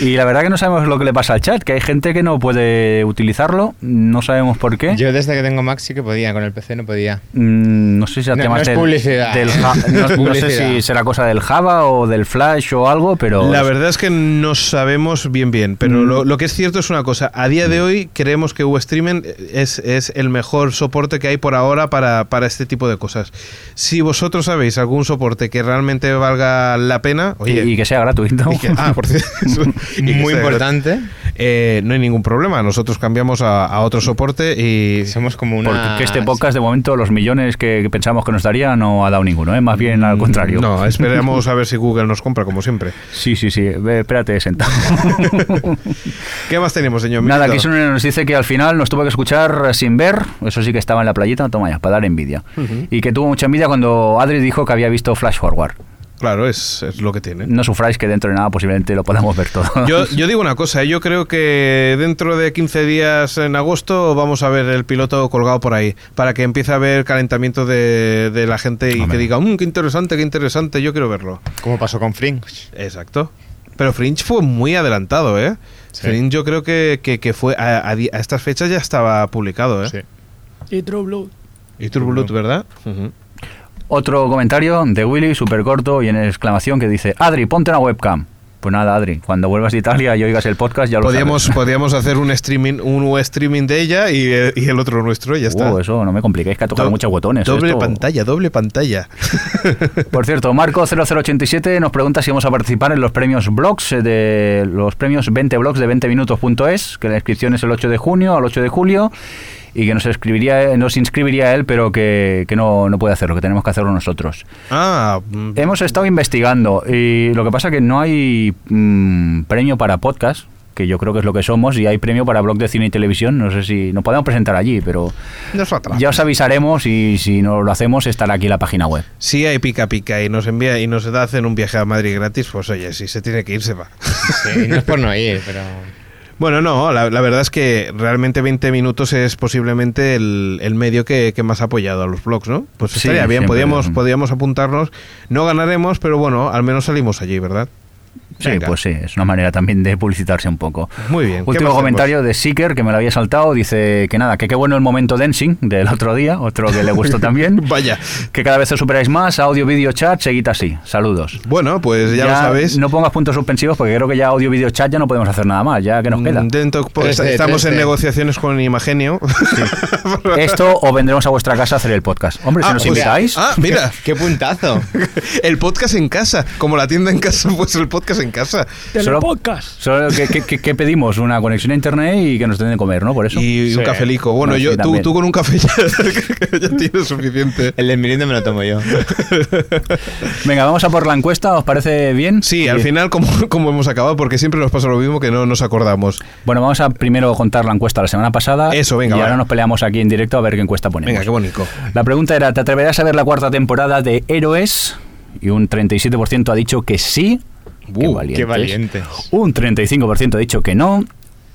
Speaker 3: y la verdad que no sabemos lo que le pasa al chat, que hay gente que no puede utilizarlo, no sabemos por qué.
Speaker 4: Yo desde que tengo Mac sí que podía, con el PC no podía.
Speaker 3: Mm, No sé si a
Speaker 4: No-
Speaker 3: temas
Speaker 4: no es
Speaker 3: del,
Speaker 4: publicidad.
Speaker 3: del ja- no, no sé
Speaker 4: Publicidad.
Speaker 3: si será cosa del Java o del Flash o algo, pero
Speaker 2: La verdad es que no sabemos bien bien, pero
Speaker 3: Mm.
Speaker 2: lo, lo que es cierto es una cosa. A día de hoy creemos que Ustreamen es, es el mejor soporte que hay por ahora para, para este tipo de cosas. Si vosotros sabéis algún soporte que realmente valga la pena,
Speaker 3: y,
Speaker 2: oye,
Speaker 3: y que sea gratuito.
Speaker 2: y que- ah, por cierto, eso, y que
Speaker 4: Muy
Speaker 2: sea-
Speaker 4: importante.
Speaker 2: Eh, no hay ningún problema. Nosotros cambiamos a, a
Speaker 3: Mm.
Speaker 2: otro soporte y
Speaker 4: Somos como una.
Speaker 3: Porque este podcast, de momento, los millones que pensamos que nos daría no ha dado ninguno, ¿eh? más bien al contrario.
Speaker 2: Mm, No, esperemos a ver si Google nos compra, como siempre.
Speaker 3: Sí, sí, sí. Ve, Espérate, sentado.
Speaker 2: ¿Qué más tenemos, señor?
Speaker 3: Nada,
Speaker 2: Milito?
Speaker 3: que eso nos dice que al final nos tuvo que escuchar sin ver. Eso sí que estaba en la playita, toma ya, para dar envidia. Y que tuvo mucha envidia cuando Adri dijo que había visto Flash Forward.
Speaker 2: Claro, es, es lo que tiene.
Speaker 3: No sufráis que dentro de nada posiblemente lo podamos ver todo.
Speaker 2: Yo, yo digo una cosa, ¿eh? yo creo que dentro de 15 días en agosto vamos a ver el piloto colgado por ahí, para que empiece a haber calentamiento de, de la gente y que
Speaker 3: Hombre.
Speaker 2: diga, mmm, qué interesante, qué interesante, yo quiero verlo.
Speaker 4: Como pasó con Fringe.
Speaker 2: Exacto. Pero Fringe fue muy adelantado, ¿eh?
Speaker 4: Sí.
Speaker 2: Fringe yo creo que, que- que fue a, a di- a estas fechas ya estaba publicado, ¿eh?
Speaker 4: Sí.
Speaker 5: Y True Blood.
Speaker 2: Y True Blood, ¿verdad?
Speaker 3: Otro comentario de Willy, súper corto y en exclamación que dice: Adri, ponte una webcam. Pues nada, Adri, cuando vuelvas de Italia y oigas el podcast ya lo
Speaker 2: Podíamos,
Speaker 3: sabes.
Speaker 2: podíamos hacer un streaming, un E streaming de ella y, eh, y el otro nuestro, ya está.
Speaker 3: Uh, eso no me compliquéis, que ha tocado
Speaker 2: Do-
Speaker 3: muchos botones.
Speaker 2: Doble
Speaker 3: esto.
Speaker 2: pantalla, doble pantalla.
Speaker 3: Por cierto, Marco0087 nos pregunta si vamos a participar en los premios blogs eh, de los premios 20 blogs de 20minutos.es, que la inscripción es el 8 de junio al 8 de julio y que nos escribiría nos inscribiría él, pero que, que no, no puede hacerlo, que tenemos que hacerlo nosotros.
Speaker 2: Ah, mm,
Speaker 3: Hemos estado investigando y lo que pasa que no hay mm, premio para podcast, que yo creo que es lo que somos, y hay premio para blog de cine y televisión, no sé si nos podemos presentar allí, pero
Speaker 2: nosotras.
Speaker 3: ya os avisaremos y si no lo hacemos estará aquí la página web.
Speaker 2: Si hay pica pica y nos envía y nos hacen un viaje a Madrid gratis, pues oye, si se tiene que ir, se va.
Speaker 4: Sí, no es por no ir, pero.
Speaker 2: Bueno, no, la, la verdad es que realmente 20 minutos es posiblemente el, el medio que, que más ha apoyado a los blogs, ¿no? Pues
Speaker 3: Sí,
Speaker 2: estaría bien,
Speaker 3: siempre.
Speaker 2: podíamos, podíamos apuntarnos. No ganaremos, pero bueno, al menos salimos allí, ¿verdad?
Speaker 3: Sí,
Speaker 2: Venga.
Speaker 3: pues sí, es una manera también de publicitarse un poco.
Speaker 2: Muy bien, ¿qué
Speaker 3: Último
Speaker 2: más
Speaker 3: comentario de Seeker, que me lo había saltado, dice que nada, que qué bueno el momento dancing del otro día, otro que le gustó también.
Speaker 2: Vaya.
Speaker 3: Que cada vez os superáis más, audio, vídeo, chat, seguid así. Saludos.
Speaker 2: Bueno, pues ya, lo sabéis.
Speaker 3: No pongas puntos suspensivos porque creo que ya audio, vídeo, chat ya no podemos hacer nada más, ya que nos queda.
Speaker 2: Mm, dentro- pues,
Speaker 4: Trece,
Speaker 2: estamos en
Speaker 4: trece.
Speaker 2: negociaciones con Imagenio.
Speaker 3: Esto o vendremos a vuestra casa a hacer el podcast. Hombre, si
Speaker 2: Ah,
Speaker 3: nos
Speaker 2: o sea,
Speaker 3: invitáis.
Speaker 2: Ah, mira.
Speaker 4: ¡Qué puntazo!
Speaker 2: El podcast en casa, como la tienda en casa, pues el podcast en casa.
Speaker 5: Telepodcast.
Speaker 3: Solo que, que- que- que pedimos una conexión a internet y que nos den de comer, ¿no? Por eso.
Speaker 2: Y un
Speaker 6: Sí.
Speaker 2: cafelico. Bueno,
Speaker 3: No, sí,
Speaker 2: yo, tú,
Speaker 3: también.
Speaker 2: tú con un café ya, ya tienes suficiente.
Speaker 4: El del merienda me lo tomo yo.
Speaker 3: Venga, vamos a por la encuesta, ¿os parece bien?
Speaker 2: Sí, al final, como, como hemos acabado, porque siempre nos pasa lo mismo que no nos acordamos.
Speaker 3: Bueno, vamos a primero contar la encuesta de la semana pasada.
Speaker 2: Eso, venga,
Speaker 3: Y
Speaker 2: va.
Speaker 3: ahora nos peleamos aquí en directo a ver qué encuesta ponemos.
Speaker 2: Venga, qué bonito.
Speaker 3: La pregunta era, ¿te atreverás a ver la cuarta temporada de Héroes? Y un 37% ha dicho que sí.
Speaker 2: Uh,
Speaker 3: valientes.
Speaker 6: Qué valiente.
Speaker 3: Un 35% ha dicho que no.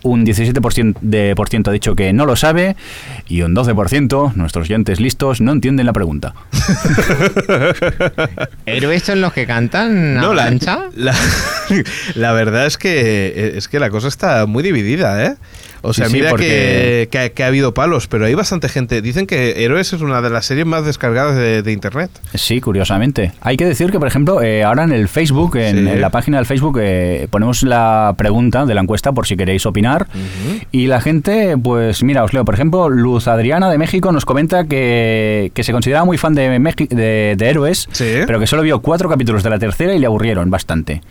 Speaker 3: Un 17% de por ciento ha dicho que no lo sabe. Y un 12%, nuestros oyentes listos, no entienden la pregunta.
Speaker 4: ¿Héroes son los que cantan a
Speaker 2: la,
Speaker 4: plancha?
Speaker 2: la, la verdad es que es que la cosa está muy dividida, ¿eh? O sea,
Speaker 3: Sí, sí,
Speaker 2: mira
Speaker 3: porque-
Speaker 2: que, que ha- que ha habido palos, pero hay bastante gente. Dicen que Héroes es una de las series más descargadas de, de internet.
Speaker 3: Sí, curiosamente. Hay que decir que, por ejemplo, eh, ahora en el Facebook, en,
Speaker 2: Sí.
Speaker 3: en la página del Facebook, eh, ponemos la pregunta de la encuesta por si queréis opinar. Y la gente, pues mira, os leo, por ejemplo, Luz Adriana de México nos comenta que, que se consideraba muy fan de, Mexi- de, de héroes,
Speaker 2: Sí.
Speaker 3: pero que solo vio cuatro capítulos de la tercera y le aburrieron bastante.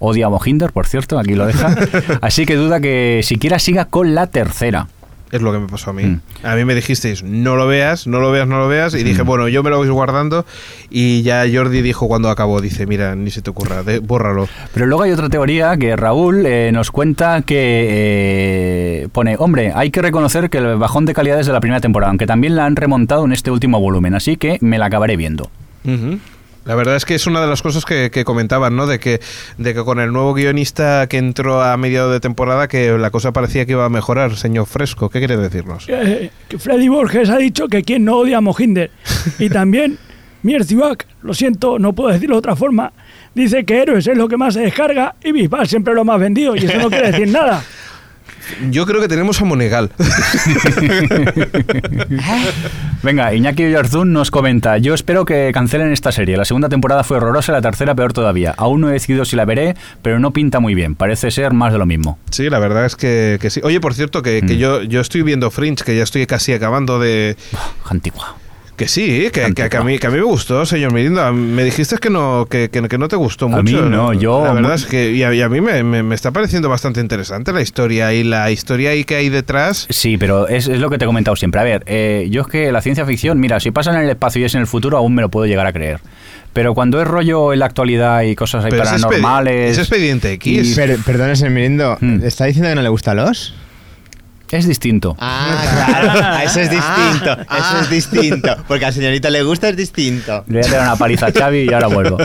Speaker 3: Odia a Mohinder, por cierto, aquí lo deja. Así que duda que siquiera siga con la tercera.
Speaker 2: Es lo que me pasó a mí.
Speaker 3: Mm.
Speaker 2: A mí me dijisteis, no lo veas, no lo veas, no lo veas. Y dije, bueno, yo me lo voy guardando. Y ya Jordi dijo cuando acabó, dice, mira, ni se te ocurra, de- bórralo.
Speaker 3: Pero luego hay otra teoría que Raúl eh, nos cuenta que eh, pone, hombre, hay que reconocer que el bajón de calidad es de la primera temporada, aunque también la han remontado en este último volumen, así que me la acabaré viendo.
Speaker 2: Ujú. La verdad es que es una de las cosas que, que comentaban, ¿no? De que, de que con el nuevo guionista que entró a mediados de temporada, que la cosa parecía que iba a mejorar, señor Fresco. ¿Qué quiere decirnos?
Speaker 5: Eh, que Freddy Borges ha dicho que quien no odia a Mohinder. Y también Mierzibak, lo siento, no puedo decirlo de otra forma, dice que Héroes es lo que más se descarga y Bisbal siempre lo más vendido y eso no quiere decir nada.
Speaker 2: Yo creo que tenemos a Monegal.
Speaker 3: Venga, Iñaki Oyarzún nos comenta, yo espero que cancelen esta serie, la segunda temporada fue horrorosa, la tercera peor todavía, aún no he decidido si la veré, pero no pinta muy bien, parece ser más de lo mismo.
Speaker 2: Sí, la verdad es que, que sí. Oye, por cierto, que, que yo, yo estoy viendo Fringe, que ya estoy casi acabando de...
Speaker 3: Antigua.
Speaker 2: Que sí, que, que- que a, mí, que a mí me gustó, señor Mirinda. Me dijiste que no, que, que- que no te gustó
Speaker 3: A mí
Speaker 2: mucho.
Speaker 3: no, yo-
Speaker 2: La verdad es que y a, y a mí me, me- me está pareciendo bastante interesante la historia y la historia ahí que hay detrás.
Speaker 3: Sí, pero es, es lo que te he comentado siempre. A ver, eh, yo es que la ciencia ficción, mira, si pasa en el espacio y es en el futuro, aún me lo puedo llegar a creer. Pero cuando es rollo en la actualidad y cosas ahí
Speaker 2: Pero es expedi-
Speaker 3: paranormales,
Speaker 2: es expediente X.
Speaker 3: y-
Speaker 4: Per- perdón, ese mirindo.
Speaker 3: Hmm.
Speaker 4: ¿Está diciendo que no le gusta a los?
Speaker 3: es distinto.
Speaker 4: Ah, claro. Eso es distinto.
Speaker 6: ah.
Speaker 4: Eso es distinto. Porque a señorita le gusta es distinto.
Speaker 3: Le voy a dar una paliza a Xavi y ahora vuelvo.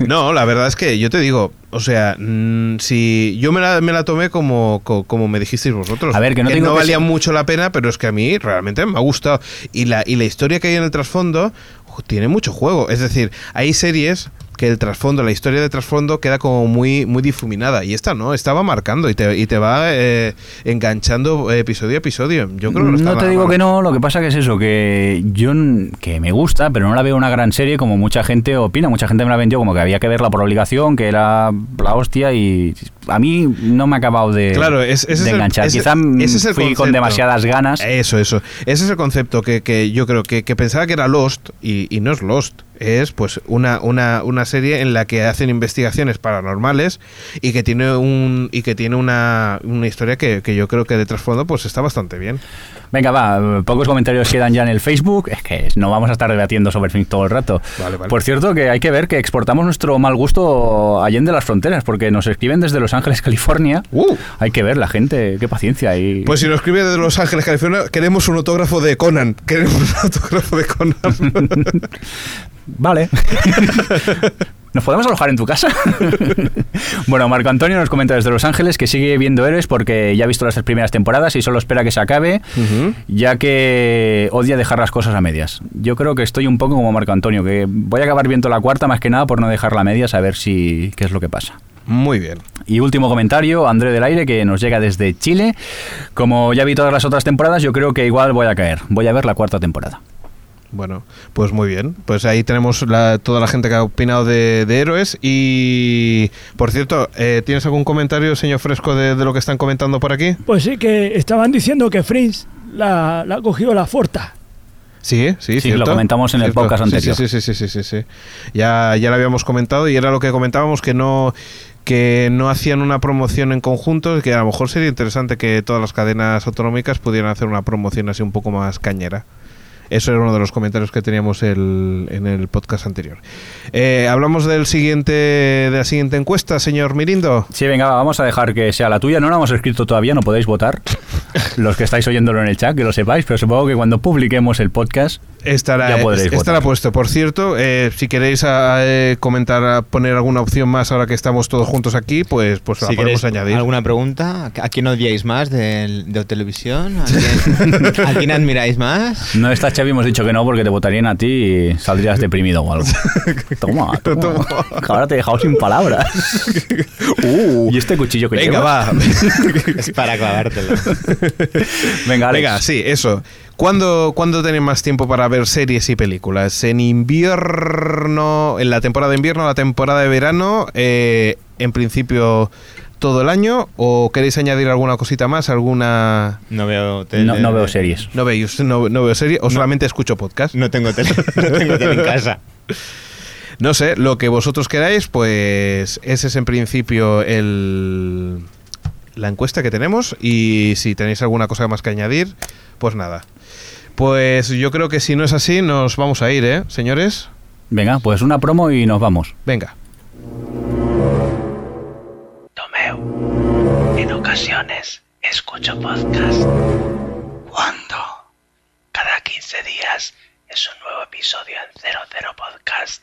Speaker 2: No, la verdad es que yo te digo, o sea, mm, si yo me la, me la tomé como, co- como me dijisteis vosotros.
Speaker 3: A ver, que no te digo que
Speaker 2: valía
Speaker 3: sí.
Speaker 2: mucho la pena, pero es que a mí realmente me ha gustado. Y la, y la historia que hay en el trasfondo jo, tiene mucho juego. Es decir, hay series que el trasfondo, la historia de trasfondo queda como muy, muy difuminada. Y esta no, estaba marcando y te, y te va eh, enganchando eh, episodio a episodio. Yo creo que no está
Speaker 3: No te
Speaker 2: nada
Speaker 3: digo
Speaker 2: mal.
Speaker 3: que no, lo que pasa que es eso, que yo n- que me gusta, pero no la veo una gran serie como mucha gente opina. Mucha gente me la vendió como que había que verla por obligación, que era la hostia y a mí no me ha acabado de,
Speaker 2: Claro, es- ese
Speaker 3: de
Speaker 2: es el-
Speaker 3: enganchar.
Speaker 2: ese-
Speaker 3: Quizá mm,
Speaker 2: ese es el
Speaker 3: fui
Speaker 2: concepto.
Speaker 3: con demasiadas ganas.
Speaker 2: Eso, eso. Ese es el concepto que, que yo creo que, que pensaba que era Lost y, y no es Lost. Es pues una, una, una serie en la que hacen investigaciones paranormales y que tiene un y que tiene una, una historia que, que yo creo que de trasfondo pues está bastante bien.
Speaker 3: Venga, va, eh, pocos comentarios quedan ya en el Facebook. Es que no vamos a estar debatiendo sobre Fink todo el rato.
Speaker 2: Vale, vale.
Speaker 3: Por cierto, que hay que ver que exportamos nuestro mal gusto allende las fronteras, porque nos escriben desde Los Ángeles, California.
Speaker 2: ¡Uh!
Speaker 3: Hay que ver la gente, qué paciencia. Y...
Speaker 2: Pues si nos escribe desde Los Ángeles, California, queremos un autógrafo de Conan. Queremos un autógrafo de Conan.
Speaker 3: Vale. ¿Nos podemos alojar en tu casa? bueno, Marco Antonio nos comenta desde Los Ángeles que sigue viendo Héroes porque ya ha visto las tres primeras temporadas y solo espera que se acabe, ya que odia dejar las cosas a medias. Yo creo que estoy un poco como Marco Antonio, que voy a acabar viendo la cuarta más que nada por no dejarla a medias a ver si qué es lo que pasa.
Speaker 2: Muy bien.
Speaker 3: Y último comentario, André del Aire, que nos llega desde Chile. Como ya vi todas las otras temporadas, yo creo que igual voy a caer. Voy a ver la cuarta temporada.
Speaker 2: Bueno, pues muy bien. Pues ahí tenemos la- toda la gente que ha opinado de, de héroes. Y, por cierto, eh, ¿tienes algún comentario, señor Fresco, de, de lo que están comentando por aquí?
Speaker 5: Pues sí que estaban diciendo que Fringe la, la ha cogido la forta.
Speaker 2: Sí, sí,
Speaker 3: Sí,
Speaker 2: cierto.
Speaker 3: lo comentamos en el
Speaker 2: Cierto. Sí,
Speaker 3: podcast anterior.
Speaker 2: Sí, sí, sí, sí, sí, sí. Ya, ya lo habíamos comentado y era lo que comentábamos que no que no hacían una promoción en conjunto, que a lo mejor sería interesante que todas las cadenas autonómicas pudieran hacer una promoción así un poco más cañera. Eso era uno de los comentarios que teníamos el- en el podcast anterior. Eh, hablamos del siguiente, de la siguiente encuesta, señor Mirindo.
Speaker 3: Sí, venga, va, vamos a dejar que sea la tuya. No la hemos escrito todavía, no podéis votar. Los que estáis oyéndolo en el chat, que lo sepáis, pero supongo que cuando publiquemos el podcast,
Speaker 2: Estará,
Speaker 3: Ya podréis
Speaker 2: estará
Speaker 3: votar.
Speaker 2: puesto. Por cierto, eh, si queréis a- a, eh, comentar, a poner alguna opción más ahora que estamos todos juntos aquí, pues, pues la
Speaker 6: Si
Speaker 2: podemos
Speaker 6: queréis
Speaker 2: añadir.
Speaker 6: ¿Alguna pregunta? ¿A quién odiáis más de, de televisión? ¿A quién, a quién admiráis más?
Speaker 3: no está Xavi, hemos dicho que no porque te votarían a ti y saldrías deprimido o algo. Toma, toma. Ahora te he dejado sin palabras. y este cuchillo que
Speaker 2: Uh. Venga,
Speaker 3: llevas?
Speaker 2: va.
Speaker 6: Es para clavártelo.
Speaker 3: Venga, Alex.
Speaker 2: Venga, sí, eso. ¿Cuándo, ¿Cuándo tenéis más tiempo para ver series y películas? ¿En invierno, en la temporada de invierno, la temporada de verano? eh, ¿En principio todo el año? ¿O queréis añadir alguna cosita más? ¿Alguna...?
Speaker 6: No veo tele.
Speaker 3: No, no veo series.
Speaker 2: No veis, no, no veo serie o solamente escucho podcast.
Speaker 6: No tengo tele. No tengo tele en casa.
Speaker 2: No sé, lo que vosotros queráis, pues ese es en principio el, la encuesta que tenemos y si tenéis alguna cosa más que añadir, pues nada. Pues yo creo que si no es así, nos vamos a ir, ¿eh, señores?
Speaker 3: Venga, pues una promo y nos vamos.
Speaker 2: Venga.
Speaker 7: Tomeu. En ocasiones escucho podcast. ¿Cuándo? Cada 15 días es un nuevo episodio en 00 Podcast.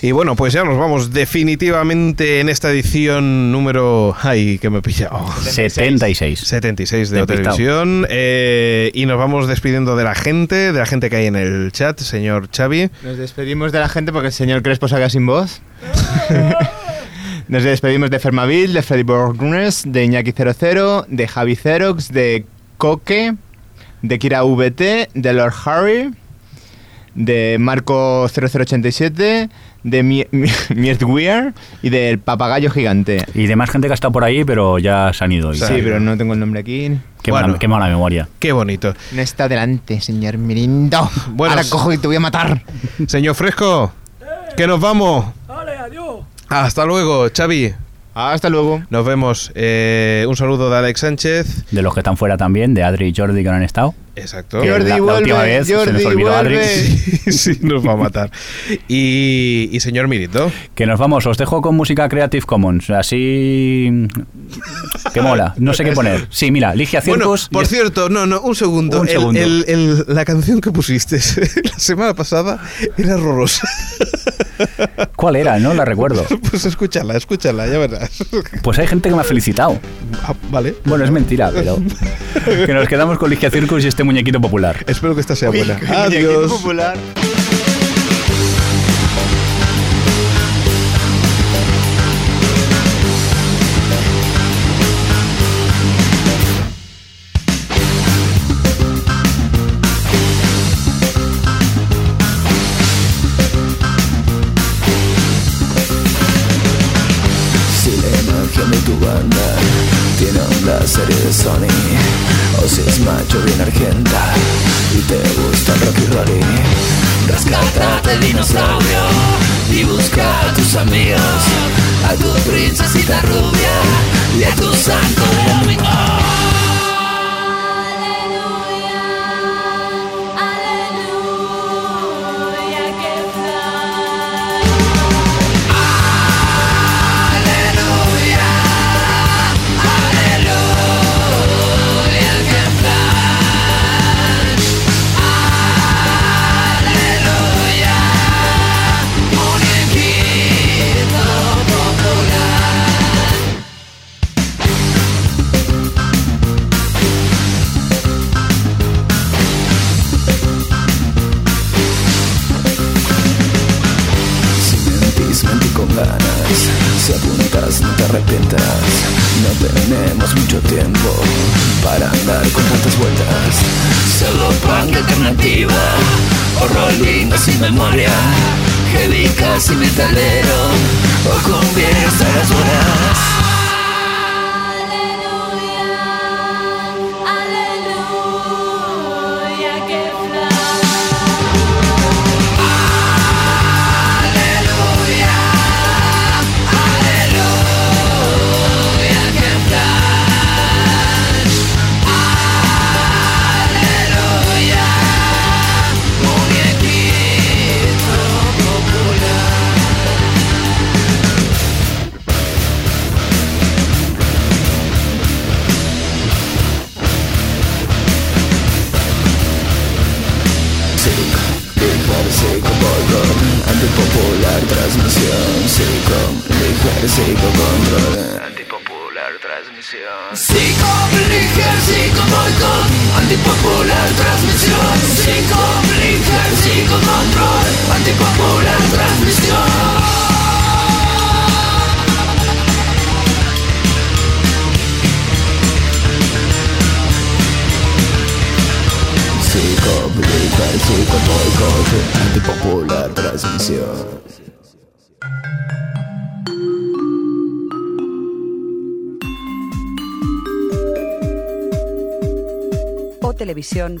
Speaker 2: Y bueno, pues ya nos vamos definitivamente en esta edición número... ¡Ay, que me he pillado!
Speaker 3: 76.
Speaker 2: 76 de
Speaker 3: Despistado.
Speaker 2: televisión eh, y nos vamos despidiendo de la gente, de la gente que hay en el chat, señor Xavi.
Speaker 4: Nos despedimos de la gente porque el señor Crespo salga sin voz. Nos despedimos de Fermaville, de Freddy Borgnes, de Iñaki 00, de Javi Xerox, de Coque, de Kira VT, de Lord Harry, de Marco 0087, de Mi- Mi- Miert Weir y del Papagayo Gigante.
Speaker 3: Y demás gente que ha estado por ahí, pero ya se han ido.
Speaker 2: Sí,
Speaker 4: Sí, pero no tengo el nombre aquí.
Speaker 3: Qué,
Speaker 2: Bueno.
Speaker 3: mala, qué mala memoria.
Speaker 2: Qué bonito.
Speaker 4: No está delante, señor Mirindo.
Speaker 2: Bueno,
Speaker 4: Ahora
Speaker 2: s-
Speaker 4: cojo y te voy a matar.
Speaker 2: Señor Fresco, que nos vamos.
Speaker 5: Vale, adiós.
Speaker 2: Hasta luego, Xavi.
Speaker 4: Hasta luego.
Speaker 2: Nos vemos. Eh, un saludo de Alex Sánchez.
Speaker 3: De los que están fuera también, de Adri y Jordi que no han estado.
Speaker 2: Exacto.
Speaker 3: Que
Speaker 4: Jordi,
Speaker 3: la, la última
Speaker 4: vuelve,
Speaker 3: vez se nos
Speaker 4: Jordi,
Speaker 3: olvidó Adri.
Speaker 4: vuelve.
Speaker 2: Sí, sí, nos va a matar. Y, y señor Mirito.
Speaker 3: Que nos vamos, os dejo con música Creative Commons. Así. Que mola. No sé qué poner. Sí, mira, Ligia
Speaker 2: Bueno,
Speaker 3: Circus.
Speaker 2: por cierto, no, no, un segundo.
Speaker 3: Un
Speaker 2: El-
Speaker 3: segundo.
Speaker 2: el- el- la canción que pusiste la semana pasada era horrorosa.
Speaker 3: ¿Cuál era? No la recuerdo.
Speaker 2: Pues escúchala, escúchala, ya verás.
Speaker 3: Pues hay gente que me ha felicitado.
Speaker 2: Ah, vale.
Speaker 3: Bueno, es mentira, pero. Que nos quedamos con Ligia Circus y este muñequito popular.
Speaker 2: Espero que esta sea buena. Adiós.
Speaker 8: Si la imagen de tu banda tiene onda serie de Sony O si es macho bien argenta y te gusta el rock y rolling Rescatate dinosaurio y busca a tus amigos A tu princesita rubia y a tu santo de domingo
Speaker 3: vueltas. No tenemos mucho tiempo para andar con tantas vueltas. Solo punk alternativa, horror lindo sin memoria, heavy casi metalero, o cumbia hasta las horas.
Speaker 9: Aleluya, que flash.
Speaker 3: Sick, ligar, psico, control Antipopular transmisión Sicom, ligar, psico, control Antipopular transmisión Sicom, ligar, psico, boicot Antipopular transmisión Sicom, ligar, psico, control Antipopular transmisión Sicom, ligar, psico, boicot Antipopular transmisión
Speaker 1: O Televisión